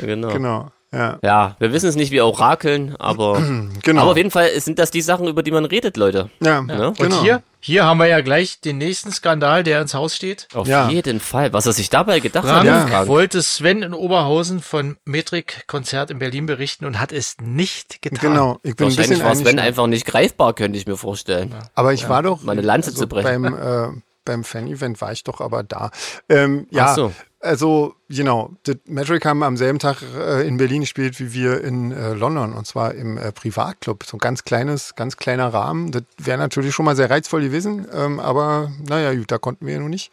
[SPEAKER 3] Genau.
[SPEAKER 1] genau, ja,
[SPEAKER 3] Ja, wir wissen es nicht, wir orakeln, aber,
[SPEAKER 1] genau.
[SPEAKER 3] aber auf jeden Fall sind das die Sachen, über die man redet, Leute.
[SPEAKER 1] ja,
[SPEAKER 3] ne?
[SPEAKER 2] und
[SPEAKER 1] genau.
[SPEAKER 2] hier, hier haben wir ja gleich den nächsten Skandal, der ins Haus steht.
[SPEAKER 3] Auf
[SPEAKER 1] Ja.
[SPEAKER 3] jeden Fall. Was er sich dabei gedacht
[SPEAKER 2] Frank
[SPEAKER 3] hat, ist krank.
[SPEAKER 2] wollte Sven in Oberhausen von Metrik-Konzert in Berlin berichten und hat es nicht getan.
[SPEAKER 1] Genau, ich bin ein bisschen
[SPEAKER 3] Wahrscheinlich war Sven
[SPEAKER 1] eingeschnappt.
[SPEAKER 3] einfach nicht greifbar, könnte ich mir vorstellen.
[SPEAKER 1] Aber ich war doch. also
[SPEAKER 3] meine Lanze zu brechen.
[SPEAKER 1] Beim, äh, beim Fan-Event war ich doch aber da. Ähm, ja,
[SPEAKER 3] Ach so.
[SPEAKER 1] also, genau. Das Magic haben am selben Tag äh, in Berlin gespielt wie wir in äh, London und zwar im äh, Privatclub. So ein ganz kleines, ganz kleiner Rahmen. Das wäre natürlich schon mal sehr reizvoll gewesen, ähm, aber naja, gut, da konnten wir ja noch nicht.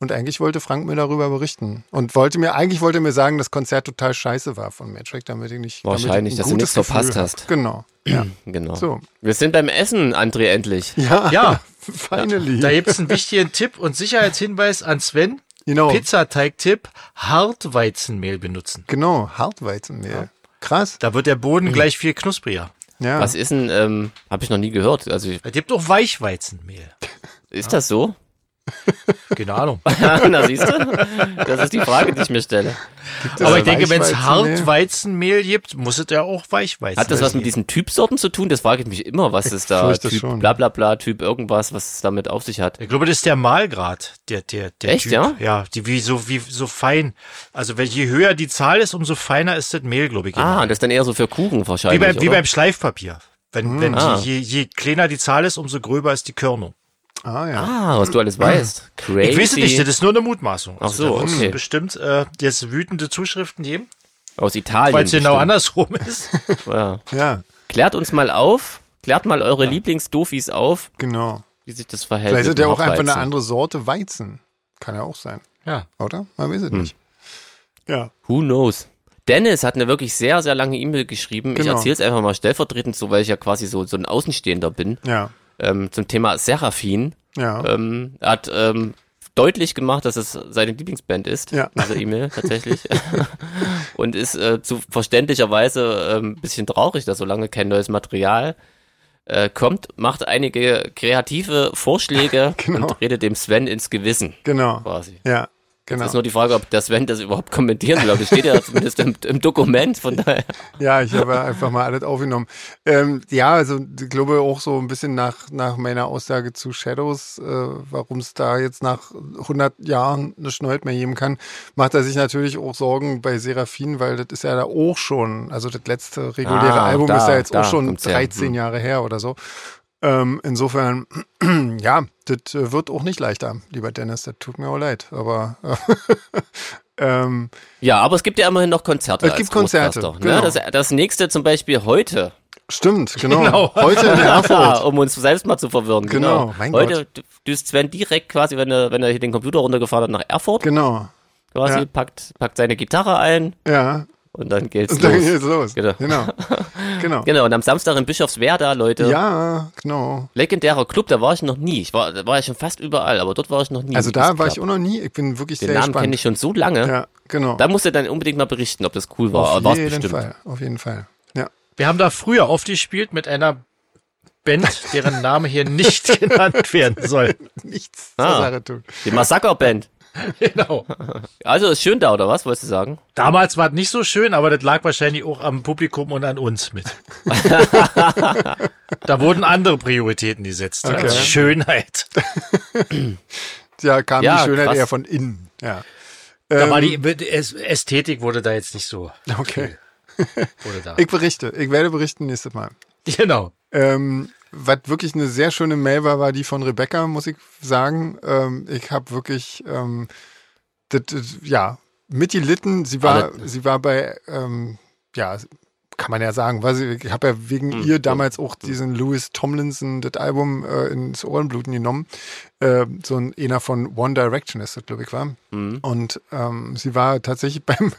[SPEAKER 1] Und eigentlich wollte Frank mir darüber berichten. Und wollte mir, eigentlich wollte er mir sagen, das Konzert total scheiße war von Magic, damit ich nicht. damit ich
[SPEAKER 3] Wahrscheinlich,
[SPEAKER 1] ein
[SPEAKER 3] dass du
[SPEAKER 1] gutes
[SPEAKER 3] nichts verpasst
[SPEAKER 1] Gefühl hab.
[SPEAKER 3] hast.
[SPEAKER 1] Genau. Ja.
[SPEAKER 3] Genau.
[SPEAKER 1] So.
[SPEAKER 3] Wir sind beim Essen, André, endlich.
[SPEAKER 1] Ja,
[SPEAKER 2] Ja.
[SPEAKER 1] finally.
[SPEAKER 2] Da gibt's einen wichtigen Tipp und Sicherheitshinweis an Sven.
[SPEAKER 1] Genau.
[SPEAKER 2] Pizzateig-Tipp, Hartweizenmehl benutzen.
[SPEAKER 1] Genau, Hartweizenmehl. Krass.
[SPEAKER 2] Da wird der
[SPEAKER 1] Mhm.
[SPEAKER 2] Boden gleich viel knuspriger.
[SPEAKER 1] Ja.
[SPEAKER 3] Was ist denn, ähm, habe ich noch nie gehört. Also
[SPEAKER 2] Es gibt auch Weichweizenmehl.
[SPEAKER 3] ist das so?
[SPEAKER 2] Keine Ahnung.
[SPEAKER 3] Na, siehst du? Das ist die Frage, die ich mir stelle.
[SPEAKER 2] Aber ich denke, wenn es
[SPEAKER 1] Weichweizenmehl?
[SPEAKER 2] Hartweizenmehl gibt, muss es ja auch Weichweizen
[SPEAKER 3] Hat das was mit diesen Typsorten zu tun? Das frage ich mich immer, was ist da?
[SPEAKER 1] fürchte
[SPEAKER 3] Typ
[SPEAKER 1] schon.
[SPEAKER 3] bla bla bla, Typ irgendwas, was es damit auf sich hat.
[SPEAKER 2] Ich glaube, das ist der Mahlgrad, der, der, der
[SPEAKER 3] Echt,
[SPEAKER 2] Typ.
[SPEAKER 3] ja?
[SPEAKER 2] Ja, die, wie, so, wie, so fein. Also, wenn, je höher die Zahl ist, umso feiner ist das Mehl, glaube ich.
[SPEAKER 3] Ah, das ist dann eher so für Kuchen
[SPEAKER 2] wie,
[SPEAKER 3] wahrscheinlich.
[SPEAKER 2] beim, wie
[SPEAKER 3] oder?
[SPEAKER 2] beim Schleifpapier. Wenn, wenn
[SPEAKER 3] ah.
[SPEAKER 2] die, je, je kleiner die Zahl ist, umso gröber ist die Körnung.
[SPEAKER 1] Ah, ja.
[SPEAKER 3] ah, was du alles weißt. Crazy.
[SPEAKER 2] Ich weiß es nicht, das ist nur eine Mutmaßung. Also,
[SPEAKER 3] so,
[SPEAKER 2] da wird's
[SPEAKER 3] okay.
[SPEAKER 2] bestimmt äh, jetzt wütende Zuschriften geben,
[SPEAKER 3] Aus Italien.
[SPEAKER 2] weil es genau
[SPEAKER 3] bestimmt.
[SPEAKER 2] andersrum ist.
[SPEAKER 3] Ja.
[SPEAKER 1] Ja,
[SPEAKER 3] Klärt uns mal auf. Klärt mal eure Lieblingsdofis auf,
[SPEAKER 1] genau.
[SPEAKER 3] wie sich das verhält.
[SPEAKER 1] Vielleicht ist
[SPEAKER 3] mit
[SPEAKER 1] ja
[SPEAKER 3] dem
[SPEAKER 1] auch einfach eine
[SPEAKER 3] Hochweizen.
[SPEAKER 1] andere Sorte Weizen. Kann ja auch sein,
[SPEAKER 2] Ja.
[SPEAKER 1] oder? Man weiß es nicht. Ja.
[SPEAKER 3] Who knows? Dennis hat eine wirklich sehr, sehr lange E-Mail geschrieben. Ich
[SPEAKER 1] Genau.
[SPEAKER 3] erzähle es einfach mal stellvertretend, so weil ich ja quasi so, so ein Außenstehender bin.
[SPEAKER 1] Ja.
[SPEAKER 3] Ähm, zum Thema Seraphin.
[SPEAKER 1] Ja.
[SPEAKER 3] Ähm, er hat ähm, deutlich gemacht, dass es seine Lieblingsband ist,
[SPEAKER 1] Ja.
[SPEAKER 3] diese E-Mail tatsächlich. Und ist äh, zu verständlicherweise ähm, ein bisschen traurig, dass so lange kein neues Material äh, kommt, macht einige kreative Vorschläge
[SPEAKER 1] Genau.
[SPEAKER 3] und redet dem Sven ins Gewissen
[SPEAKER 1] genau.
[SPEAKER 3] quasi.
[SPEAKER 1] Ja.
[SPEAKER 3] Das ist
[SPEAKER 1] Genau.
[SPEAKER 3] nur die Frage, ob der Sven das überhaupt kommentieren will. Aber das steht ja zumindest im, im Dokument, von daher.
[SPEAKER 1] Ja, ich habe einfach mal alles aufgenommen. Ähm, ja, also ich glaube auch so ein bisschen nach, nach meiner Aussage zu Shadows, äh, warum es da jetzt nach 100 Jahren eine Schneid mehr geben kann, macht er sich natürlich auch Sorgen bei Seraphin, weil das ist ja da auch schon, also das letzte reguläre
[SPEAKER 3] Ah,
[SPEAKER 1] Album
[SPEAKER 3] da-
[SPEAKER 1] ist ja jetzt
[SPEAKER 3] da
[SPEAKER 1] auch schon
[SPEAKER 3] kommt's her.
[SPEAKER 1] 13
[SPEAKER 3] Hm.
[SPEAKER 1] Jahre her oder so. Ähm, insofern, ja, das äh, wird auch nicht leichter, lieber Dennis, das tut mir auch leid, aber ähm,
[SPEAKER 3] Ja, aber es gibt ja immerhin noch Konzerte.
[SPEAKER 1] Es
[SPEAKER 3] als
[SPEAKER 1] gibt Konzerte,
[SPEAKER 3] Großcaster,
[SPEAKER 1] genau.
[SPEAKER 3] Ne? Das, das nächste zum Beispiel heute.
[SPEAKER 1] stimmt, genau.
[SPEAKER 2] Genau.
[SPEAKER 1] Heute in
[SPEAKER 3] Ah,
[SPEAKER 1] Erfurt.
[SPEAKER 3] um uns selbst mal zu verwirren. Genau.
[SPEAKER 1] Genau, mein
[SPEAKER 3] Heute dü- düst Sven direkt quasi, wenn er, wenn er hier den Computer runtergefahren hat, nach Erfurt
[SPEAKER 1] Genau.
[SPEAKER 3] quasi,
[SPEAKER 1] ja.
[SPEAKER 3] packt, packt seine Gitarre ein
[SPEAKER 1] Ja,
[SPEAKER 3] und dann geht's
[SPEAKER 1] Und dann
[SPEAKER 3] los.
[SPEAKER 1] geht's los.
[SPEAKER 3] Genau.
[SPEAKER 1] Genau. Genau.
[SPEAKER 3] Genau, und am Samstag in Bischofswerda, Leute,
[SPEAKER 1] Ja, genau.
[SPEAKER 3] legendärer Club, da war ich noch nie. Ich war, da war ich schon fast überall, aber dort war ich noch nie.
[SPEAKER 1] Also
[SPEAKER 3] im
[SPEAKER 1] da
[SPEAKER 3] Disc
[SPEAKER 1] war ich
[SPEAKER 3] Club.
[SPEAKER 1] auch noch nie. Ich bin wirklich
[SPEAKER 3] Den
[SPEAKER 1] sehr
[SPEAKER 3] Namen kenne
[SPEAKER 1] gespannt.
[SPEAKER 3] ich schon so lange.
[SPEAKER 1] Ja, genau.
[SPEAKER 3] Da musst du dann unbedingt mal berichten, ob das cool war.
[SPEAKER 1] Auf
[SPEAKER 3] aber war's
[SPEAKER 1] jeden
[SPEAKER 3] bestimmt.
[SPEAKER 1] Fall. Auf jeden Fall. Ja.
[SPEAKER 2] Wir haben da früher oft gespielt mit einer Band, deren Name hier nicht genannt werden soll.
[SPEAKER 1] Nichts
[SPEAKER 3] Ah.
[SPEAKER 1] zur Sache tun.
[SPEAKER 3] Die Massakerband.
[SPEAKER 2] Genau.
[SPEAKER 3] Also ist schön da, oder was, wolltest du sagen?
[SPEAKER 2] Damals war es nicht so schön, aber das lag wahrscheinlich auch am Publikum und an uns mit. da wurden andere Prioritäten gesetzt
[SPEAKER 1] Okay.
[SPEAKER 2] als Schönheit.
[SPEAKER 1] Ja, kam
[SPEAKER 3] Ja,
[SPEAKER 1] die Schönheit
[SPEAKER 3] krass.
[SPEAKER 1] eher von innen. Ja.
[SPEAKER 2] Da
[SPEAKER 1] Ähm,
[SPEAKER 2] war die Äs- Ästhetik wurde da jetzt nicht so.
[SPEAKER 1] okay.
[SPEAKER 2] Wurde da.
[SPEAKER 1] Ich berichte. Ich werde berichten nächstes Mal.
[SPEAKER 2] genau.
[SPEAKER 1] Ähm, was wirklich eine sehr schöne Mail war, war die von Rebecca, muss ich sagen. Ähm, ich habe wirklich, ähm, das, das, ja, mitgelitten. Sie war, sie war bei, ähm, ja, kann man ja sagen, weil sie, ich habe ja wegen ihr damals auch diesen Louis Tomlinson, das Album äh, ins Ohrenbluten genommen. Äh, so ein einer von One Direction ist das, glaube ich, war. Und ähm, sie war tatsächlich beim,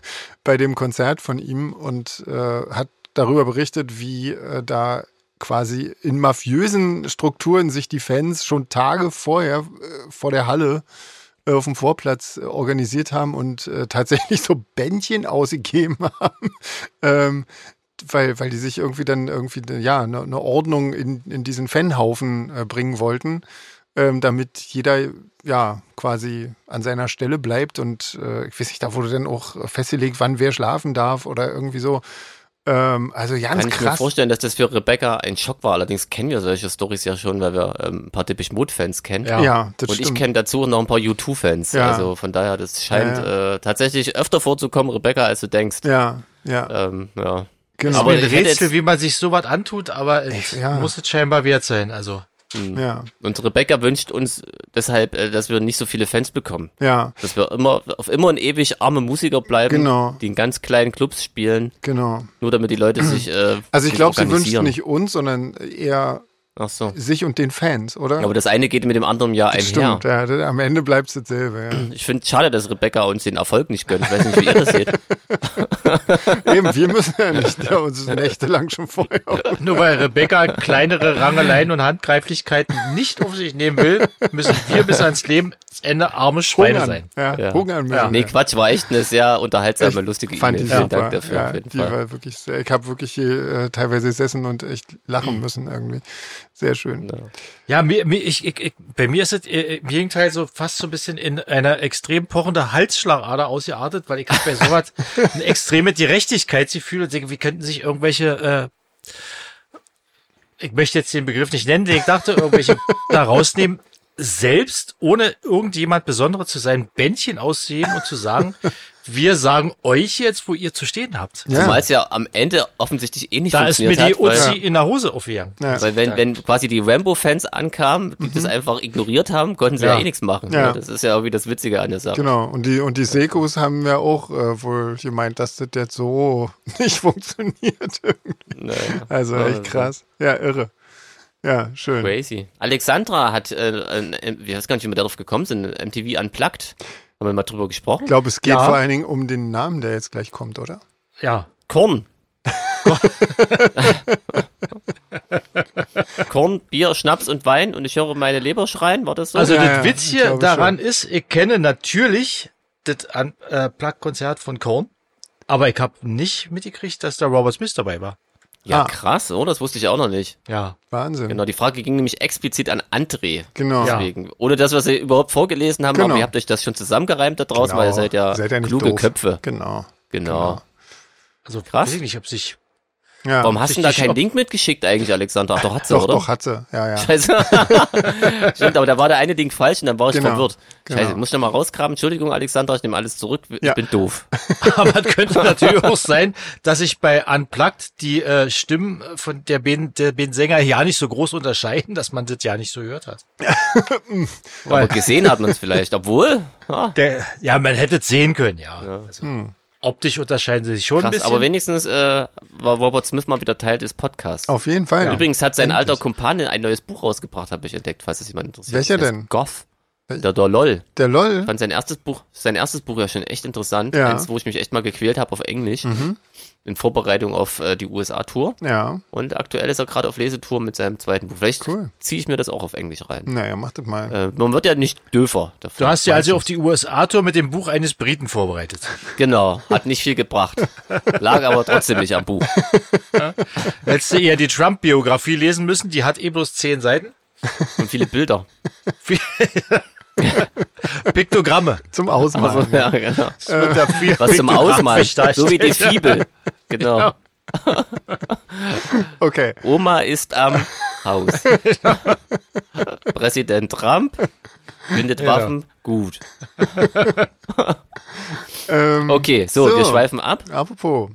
[SPEAKER 1] bei dem Konzert von ihm und äh, hat darüber berichtet, wie äh, da quasi in mafiösen Strukturen sich die Fans schon Tage vorher äh, vor der Halle äh, auf dem Vorplatz äh, organisiert haben und äh, tatsächlich so Bändchen ausgegeben haben, ähm, weil, weil die sich irgendwie dann irgendwie ja eine eine Ordnung in, in diesen Fanhaufen äh, bringen wollten, ähm, damit jeder ja quasi an seiner Stelle bleibt und äh, ich weiß nicht, da wurde dann auch festgelegt, wann wer schlafen darf oder irgendwie so. Ähm, also ganz
[SPEAKER 3] Kann ich mir
[SPEAKER 1] krass.
[SPEAKER 3] vorstellen, dass das für Rebecca ein Schock war. Allerdings kennen wir solche Stories ja schon, weil wir ähm, ein paar Dippisch Mode-Fans kennen.
[SPEAKER 2] Ja.
[SPEAKER 1] Ja, das
[SPEAKER 3] Und ich
[SPEAKER 1] stimmt.
[SPEAKER 3] kenne dazu noch ein paar U2-Fans.
[SPEAKER 1] Ja.
[SPEAKER 3] Also von daher, das scheint
[SPEAKER 1] Ja,
[SPEAKER 3] Äh, tatsächlich öfter vorzukommen, Rebecca, als du denkst.
[SPEAKER 1] ja, ja,
[SPEAKER 3] Ähm, ja.
[SPEAKER 1] genau.
[SPEAKER 3] aber
[SPEAKER 2] Aber ein
[SPEAKER 3] ich hätte
[SPEAKER 2] Rätsel,
[SPEAKER 3] jetzt-
[SPEAKER 2] wie man sich sowas antut, aber es
[SPEAKER 1] ja.
[SPEAKER 2] muss es scheinbar wert sein. Also
[SPEAKER 1] ja,
[SPEAKER 3] Und Rebecca wünscht uns deshalb, äh, dass wir nicht so viele Fans bekommen.
[SPEAKER 1] ja,
[SPEAKER 3] Dass wir immer auf immer und ewig arme Musiker bleiben,
[SPEAKER 1] Genau.
[SPEAKER 3] die in ganz kleinen Clubs spielen,
[SPEAKER 1] genau.
[SPEAKER 3] nur damit die Leute sich. Äh,
[SPEAKER 1] Also ich
[SPEAKER 3] sich
[SPEAKER 1] glaube, sie wünscht
[SPEAKER 3] organisieren.
[SPEAKER 1] nicht uns, sondern eher
[SPEAKER 3] Ach so.
[SPEAKER 1] sich und den Fans, oder?
[SPEAKER 3] Ja, Aber das eine geht mit dem anderen ja einher.
[SPEAKER 1] Stimmt, ja, das- am Ende bleibt es dasselbe.
[SPEAKER 3] Ich finde es schade, dass Rebecca uns den Erfolg nicht gönnt. Ich weiß nicht, wie ihr das seht.
[SPEAKER 1] Ja. Eben, wir müssen ja nicht da uns nächtelang schon vorher.
[SPEAKER 2] nur weil Rebecca kleinere Rangeleien und Handgreiflichkeiten nicht auf sich nehmen will, müssen wir bis ans Lebensende arme Schweine sein.
[SPEAKER 1] Ja,
[SPEAKER 3] Ja.
[SPEAKER 1] Hunger an
[SPEAKER 3] Nee, Quatsch, war echt eine sehr unterhaltsame, lustige
[SPEAKER 1] Fand
[SPEAKER 3] E-Mail.
[SPEAKER 1] ich
[SPEAKER 3] Vielen
[SPEAKER 1] super.
[SPEAKER 3] Dank dafür
[SPEAKER 1] ja,
[SPEAKER 3] auf jeden
[SPEAKER 1] die
[SPEAKER 3] Fall. Mhm.
[SPEAKER 1] war wirklich sehr, ich habe wirklich hier, äh, teilweise gesessen und echt lachen müssen irgendwie. Sehr schön.
[SPEAKER 2] Ja, mir, mir, ich, ich, ich, bei mir ist es äh, im Gegenteil so fast so ein bisschen in einer extrem pochende Halsschlagader ausgeartet, weil ich habe bei sowas ein extremes Gerechtigkeitsgefühl und denke, wie könnten sich irgendwelche, äh, ich möchte jetzt den Begriff nicht nennen, den ich dachte, irgendwelche da rausnehmen, selbst ohne irgendjemand Besonderes zu sein, Bändchen auszuheben und zu sagen, wir sagen euch jetzt, wo ihr zu stehen habt.
[SPEAKER 1] Ja.
[SPEAKER 3] Zumal es ja am Ende offensichtlich eh nicht
[SPEAKER 2] Da ist mir
[SPEAKER 3] funktioniert
[SPEAKER 2] die
[SPEAKER 3] hat, weil,
[SPEAKER 2] Uzi in der Hose aufgegangen.
[SPEAKER 1] Ja. Mhm.
[SPEAKER 3] weil wenn, wenn quasi die Rambo-Fans ankamen, die das einfach ignoriert haben, konnten sie ja,
[SPEAKER 1] Ja.
[SPEAKER 3] eh nichts machen.
[SPEAKER 1] Ja.
[SPEAKER 3] Ja. Das ist ja irgendwie das Witzige an der Sache.
[SPEAKER 1] Genau, und die, und die Sekos haben ja auch äh, wohl gemeint, dass das jetzt so nicht funktioniert.
[SPEAKER 3] Naja.
[SPEAKER 1] also
[SPEAKER 3] Ja,
[SPEAKER 1] echt krass. Ja, irre. Ja, schön.
[SPEAKER 3] Crazy. Alexandra hat, äh, ein- ein- ich weiß gar nicht, wie wir darauf gekommen sind, MTV Unplugged. Haben wir mal drüber gesprochen?
[SPEAKER 1] Ich glaube, es geht
[SPEAKER 2] Ja.
[SPEAKER 1] vor allen Dingen um den Namen, der jetzt gleich kommt, oder?
[SPEAKER 2] Ja.
[SPEAKER 3] Korn. Korn, Bier, Schnaps und Wein und ich höre meine Leber schreien, war das so?
[SPEAKER 2] Also
[SPEAKER 1] Ja, ja,
[SPEAKER 2] das Witz
[SPEAKER 1] ich
[SPEAKER 2] hier
[SPEAKER 1] glaube
[SPEAKER 2] daran
[SPEAKER 1] schon.
[SPEAKER 2] ist, ich kenne natürlich das An- äh, Plug-Konzert von Korn, aber ich habe nicht mitgekriegt, dass da Robert Smith dabei war.
[SPEAKER 3] ja,
[SPEAKER 1] ah.
[SPEAKER 3] krass, oder? Das wusste ich auch noch nicht.
[SPEAKER 2] Ja.
[SPEAKER 1] Wahnsinn. Genau.
[SPEAKER 3] Genau, die Frage ging nämlich explizit an André.
[SPEAKER 2] Ja.
[SPEAKER 3] Deswegen. Ohne das, was wir überhaupt vorgelesen haben,
[SPEAKER 1] Genau.
[SPEAKER 3] aber ihr habt euch das schon zusammengereimt da draußen,
[SPEAKER 2] Genau.
[SPEAKER 3] weil ihr seid ja,
[SPEAKER 1] nicht
[SPEAKER 3] kluge
[SPEAKER 1] doof.
[SPEAKER 3] Köpfe.
[SPEAKER 1] Genau.
[SPEAKER 3] Genau.
[SPEAKER 2] Also
[SPEAKER 3] Krass.
[SPEAKER 2] Krass. weiß ich nicht, ob sich.
[SPEAKER 1] Ja.
[SPEAKER 3] Warum hast du denn da
[SPEAKER 2] Richtig,
[SPEAKER 3] keinen
[SPEAKER 2] ob-
[SPEAKER 3] Link mitgeschickt eigentlich, Alexander? Ach, doch, hat sie,
[SPEAKER 1] doch,
[SPEAKER 3] oder?
[SPEAKER 1] doch, hat sie. Ja, ja.
[SPEAKER 3] Scheiße. Stimmt, aber da war der eine Ding falsch und dann war ich
[SPEAKER 1] Genau,
[SPEAKER 3] verwirrt.
[SPEAKER 1] genau.
[SPEAKER 3] Scheiße, muss ich nochmal rausgraben. Entschuldigung, Alexander, ich nehme alles zurück. Ich
[SPEAKER 1] Ja.
[SPEAKER 3] bin doof.
[SPEAKER 2] Aber es könnte natürlich auch sein, dass sich bei Unplugged die äh, Stimmen von der Ben, der Ben Sänger ja nicht so groß unterscheiden, dass man das ja nicht so gehört hat.
[SPEAKER 3] Aber
[SPEAKER 2] Weil
[SPEAKER 3] gesehen hat man es vielleicht, obwohl. Ja,
[SPEAKER 2] der, ja, man hätte es sehen können, ja. Also,
[SPEAKER 1] Hm.
[SPEAKER 2] Optisch unterscheiden sie sich schon ein
[SPEAKER 3] krass,
[SPEAKER 2] bisschen.
[SPEAKER 3] aber wenigstens äh, war Robert Smith mal wieder Teil des Podcasts.
[SPEAKER 1] Auf jeden Fall.
[SPEAKER 3] Übrigens hat sein
[SPEAKER 1] Endlich.
[SPEAKER 3] alter Kumpane ein neues Buch rausgebracht, habe ich entdeckt, falls es jemand interessiert.
[SPEAKER 1] Welcher
[SPEAKER 3] Das heißt
[SPEAKER 1] denn?
[SPEAKER 3] Goff. Der, der LOL.
[SPEAKER 1] Der LOL.
[SPEAKER 3] Ich fand sein erstes Buch, sein erstes Buch ja schon echt interessant.
[SPEAKER 1] Ja. Mhm.
[SPEAKER 3] Eins, wo ich mich echt mal gequält habe auf Englisch. In Vorbereitung auf äh, die USA-Tour.
[SPEAKER 1] Ja.
[SPEAKER 3] Und aktuell ist er gerade auf Lesetour mit seinem zweiten Buch. Vielleicht
[SPEAKER 1] Cool.
[SPEAKER 3] ziehe ich mir das auch auf Englisch rein.
[SPEAKER 1] Naja, mach das mal.
[SPEAKER 3] Äh, man wird ja nicht döfer davon.
[SPEAKER 2] du hast ja also auf die USA-Tour mit dem Buch eines Briten vorbereitet.
[SPEAKER 3] Genau, hat nicht viel gebracht. Lag aber trotzdem nicht am Buch.
[SPEAKER 2] Hättest du eher die Trump-Biografie lesen müssen, die hat eh bloß zehn Seiten.
[SPEAKER 3] Und viele Bilder.
[SPEAKER 2] Viel- Piktogramme.
[SPEAKER 1] Zum Ausmalen.
[SPEAKER 3] Also, ja, genau.
[SPEAKER 2] Mit der viel-
[SPEAKER 3] Was zum
[SPEAKER 2] Piktogramm
[SPEAKER 3] Ausmalen.
[SPEAKER 2] versteigt.
[SPEAKER 3] So wie die Fibel. Genau.
[SPEAKER 1] okay.
[SPEAKER 3] Oma ist am Haus. Präsident Trump bindet Waffen. Gut.
[SPEAKER 1] Ähm,
[SPEAKER 3] Okay, so,
[SPEAKER 1] So.
[SPEAKER 3] wir schweifen ab.
[SPEAKER 1] Apropos.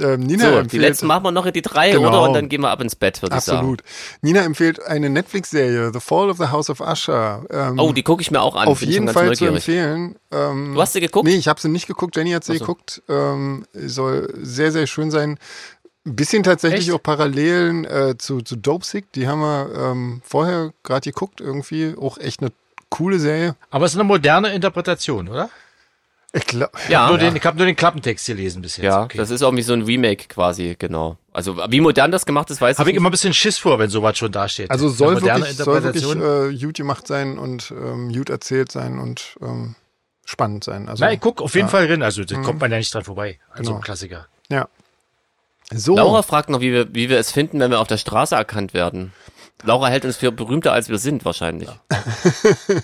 [SPEAKER 1] Ähm, Nina
[SPEAKER 3] So,
[SPEAKER 1] empfiehlt,
[SPEAKER 3] die letzten machen wir noch in die drei,
[SPEAKER 1] Genau.
[SPEAKER 3] oder? Und dann gehen wir ab ins Bett, würde ich sagen.
[SPEAKER 1] Absolut. Nina empfiehlt eine Netflix-Serie, The Fall of the House of Usher. Ähm,
[SPEAKER 3] Oh, die gucke ich mir auch an.
[SPEAKER 1] auf
[SPEAKER 3] Bin ich schon
[SPEAKER 1] jeden
[SPEAKER 3] ganz
[SPEAKER 1] Fall zu
[SPEAKER 3] neugierig.
[SPEAKER 1] empfehlen. Ähm,
[SPEAKER 3] Du hast sie geguckt?
[SPEAKER 1] Nee, ich habe sie nicht geguckt. Jenny hat sie
[SPEAKER 3] Ach so.
[SPEAKER 1] geguckt. Ähm, soll sehr, sehr schön sein. Ein bisschen tatsächlich
[SPEAKER 2] Echt?
[SPEAKER 1] auch Parallelen äh, zu, zu Dope Sick. Die haben wir ähm, vorher gerade geguckt. Irgendwie auch echt eine coole Serie.
[SPEAKER 2] Aber es ist eine moderne Interpretation, oder?
[SPEAKER 1] Ich glaube,
[SPEAKER 3] Ja,
[SPEAKER 2] Nur den, ich habe nur den Klappentext gelesen bis jetzt.
[SPEAKER 3] ja
[SPEAKER 2] okay.
[SPEAKER 3] das ist irgendwie so ein Remake quasi, genau. Also wie modern das gemacht ist, weiß
[SPEAKER 2] habe
[SPEAKER 3] ich
[SPEAKER 2] ich immer ein bisschen Schiss vor, wenn sowas schon dasteht.
[SPEAKER 1] also
[SPEAKER 2] Eine
[SPEAKER 1] soll
[SPEAKER 2] moderne
[SPEAKER 1] wirklich, soll wirklich
[SPEAKER 2] Interpretation.
[SPEAKER 1] äh, gut gemacht sein und ähm, gut erzählt sein und ähm, spannend sein. Also,
[SPEAKER 2] Na, ich guck auf
[SPEAKER 1] ja.
[SPEAKER 2] jeden
[SPEAKER 1] Mhm.
[SPEAKER 2] Fall drin. Also da kommt man ja nicht dran vorbei. Also
[SPEAKER 1] Genau.
[SPEAKER 2] ein Klassiker.
[SPEAKER 1] Ja. So.
[SPEAKER 3] Laura fragt noch, wie wir, wie wir es finden, wenn wir auf der Straße erkannt werden. Laura hält uns für berühmter, als wir sind, wahrscheinlich.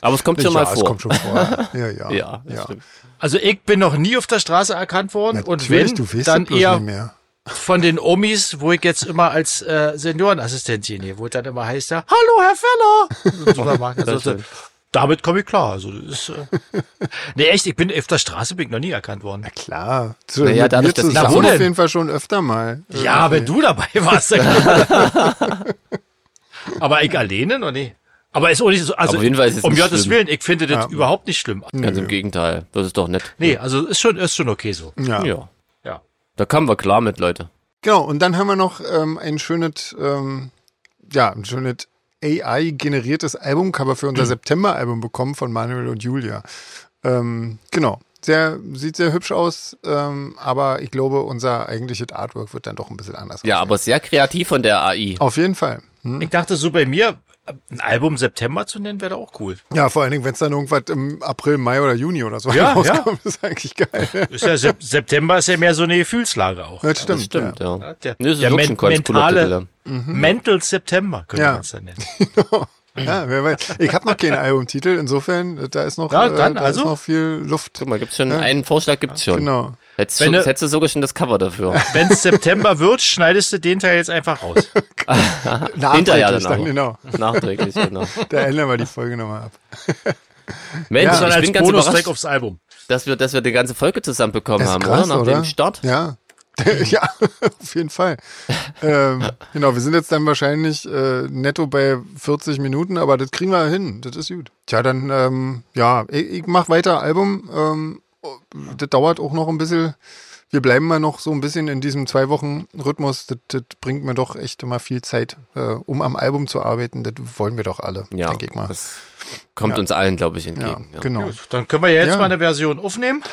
[SPEAKER 3] Aber es kommt schon mal
[SPEAKER 1] ja,
[SPEAKER 3] vor.
[SPEAKER 1] Es kommt schon vor. Ja, ja.
[SPEAKER 3] Ja, das stimmt.
[SPEAKER 2] Also ich bin noch nie auf der Straße erkannt worden. und
[SPEAKER 1] Natürlich,
[SPEAKER 2] wenn,
[SPEAKER 1] du weißt
[SPEAKER 2] dann
[SPEAKER 1] das bloß
[SPEAKER 2] eher
[SPEAKER 1] nicht mehr.
[SPEAKER 2] von den Omis, wo ich jetzt immer als äh, Seniorenassistentin hier, wo es dann immer heißt, ja, hallo Herr Feller. Und so was machen. Also,
[SPEAKER 3] schön.
[SPEAKER 2] damit komme ich klar. Also, das ist, äh, nee, echt, ich bin auf der Straße bin ich noch nie erkannt worden.
[SPEAKER 1] Klar. Zu,
[SPEAKER 3] Naja,
[SPEAKER 1] mit
[SPEAKER 3] dadurch,
[SPEAKER 1] mir
[SPEAKER 3] dass ich-
[SPEAKER 2] Na, wo
[SPEAKER 1] zusammen auf
[SPEAKER 2] denn?
[SPEAKER 1] jeden Fall schon öfter mal. äh,
[SPEAKER 2] Ja, wenn du dabei warst. dann- aber ich alleine noch nie. Aber ist auch nicht so, also
[SPEAKER 3] Aber auf jeden Fall ist es
[SPEAKER 2] um
[SPEAKER 3] nicht
[SPEAKER 2] Gottes
[SPEAKER 3] schlimm.
[SPEAKER 2] Willen, ich finde das überhaupt nicht schlimm.
[SPEAKER 3] Ganz im Gegenteil. Das ist doch nett.
[SPEAKER 2] Nee, also ist schon, ist schon okay so.
[SPEAKER 1] Ja.
[SPEAKER 3] Ja.
[SPEAKER 2] Ja.
[SPEAKER 3] Da kommen wir klar mit, Leute.
[SPEAKER 1] Genau, und dann haben wir noch ähm, ein schönes, ähm, ja, ein schönes AI-generiertes Albumcover für unser September-Album bekommen von Manuel und Julia. Ähm, genau. Sehr, sieht sehr hübsch aus, ähm, aber ich glaube, unser eigentliches Artwork wird dann doch ein bisschen anders.
[SPEAKER 3] Ja,
[SPEAKER 1] aussehen.
[SPEAKER 3] aber sehr kreativ von der AI.
[SPEAKER 1] Auf jeden Fall. Hm?
[SPEAKER 2] Ich dachte so bei mir, äh, ein Album September zu nennen, wäre doch auch cool.
[SPEAKER 1] Ja, vor allen Dingen, wenn es dann irgendwas im April, Mai oder Juni oder so
[SPEAKER 2] Ja, ja.
[SPEAKER 1] ist eigentlich geil.
[SPEAKER 2] Ist ja, Sep- September ist ja mehr so eine Gefühlslage auch.
[SPEAKER 1] Das stimmt.
[SPEAKER 3] Das stimmt, ja.
[SPEAKER 2] Ja, Der, Mhm.
[SPEAKER 3] Nee, das ist
[SPEAKER 2] der
[SPEAKER 3] wirklich
[SPEAKER 2] men
[SPEAKER 3] ein ganz cooler Titel, ja.
[SPEAKER 2] mentale Mental September könnte
[SPEAKER 1] Ja.
[SPEAKER 2] man es dann nennen.
[SPEAKER 1] Ja, ja wer weiß. Ich habe noch keinen Albumtitel, insofern, da ist noch,
[SPEAKER 2] Ja, dann,
[SPEAKER 1] äh, da
[SPEAKER 2] also.
[SPEAKER 1] ist noch viel Luft.
[SPEAKER 3] Guck mal, gibt's schon, einen Vorschlag gibt's schon.
[SPEAKER 1] Genau.
[SPEAKER 3] Hättest,
[SPEAKER 2] Wenn
[SPEAKER 3] schon,
[SPEAKER 2] du-
[SPEAKER 3] hättest du sogar schon das Cover dafür.
[SPEAKER 2] Wenn es September wird, schneidest du den Teil jetzt einfach raus.
[SPEAKER 3] Hinterher
[SPEAKER 1] Nachträglich
[SPEAKER 3] dann
[SPEAKER 1] dann,
[SPEAKER 3] aber.
[SPEAKER 1] genau.
[SPEAKER 3] Nachträglich, genau.
[SPEAKER 1] Da ändern wir die Folge nochmal ab.
[SPEAKER 3] Mensch,
[SPEAKER 1] Ja.
[SPEAKER 2] Sondern
[SPEAKER 3] ich
[SPEAKER 2] als
[SPEAKER 3] bin ganz
[SPEAKER 2] Bonustrack
[SPEAKER 3] überrascht,
[SPEAKER 2] aufs Album.
[SPEAKER 3] dass wir, dass wir die ganze Folge zusammenbekommen
[SPEAKER 1] Das ist
[SPEAKER 3] haben,
[SPEAKER 1] krass,
[SPEAKER 3] oder? Nach
[SPEAKER 1] oder?
[SPEAKER 3] dem Start.
[SPEAKER 1] Ja. ja, auf jeden Fall. ähm, genau, wir sind jetzt dann wahrscheinlich äh, netto bei 40 Minuten, aber das kriegen wir hin. Das ist gut. Tja, dann, ähm, ja, ich, ich mache weiter Album. Ähm, oh, das dauert auch noch ein bisschen. Wir bleiben mal noch so ein bisschen in diesem Zwei-Wochen-Rhythmus. Das, das bringt mir doch echt immer viel Zeit, äh, um am Album zu arbeiten. Das wollen wir doch alle,
[SPEAKER 3] Ja,
[SPEAKER 1] denke ich mal.
[SPEAKER 3] das kommt uns allen, glaube ich,
[SPEAKER 1] Ja,
[SPEAKER 3] entgegen. Ja,
[SPEAKER 1] genau.
[SPEAKER 2] Gut, Dann können wir ja jetzt
[SPEAKER 1] Ja.
[SPEAKER 2] mal eine Version aufnehmen.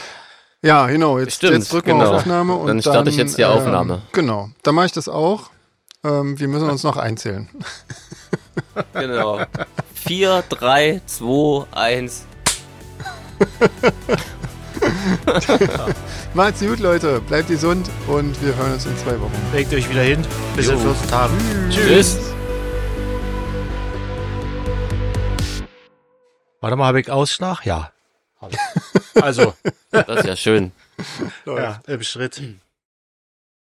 [SPEAKER 1] Ja, genau. Jetzt,
[SPEAKER 3] Stimmt,
[SPEAKER 1] jetzt drücken wir
[SPEAKER 3] genau.
[SPEAKER 1] auf Aufnahme und
[SPEAKER 3] Dann starte ich jetzt die Aufnahme.
[SPEAKER 1] Ähm, genau, dann mache ich das auch. Ähm, wir müssen uns noch einzählen.
[SPEAKER 3] genau. 4, 3, 2, 1.
[SPEAKER 1] Macht's gut, Leute. Bleibt gesund und wir hören uns in zwei Wochen.
[SPEAKER 2] Legt euch wieder hin. Bis in
[SPEAKER 3] Jo.
[SPEAKER 2] 14 Tagen.
[SPEAKER 3] Tschüss.
[SPEAKER 2] Warte mal, habe ich Ausschlag? Ja. Hab ich. Also,
[SPEAKER 3] Das ist ja schön.
[SPEAKER 2] ja, im Schritt.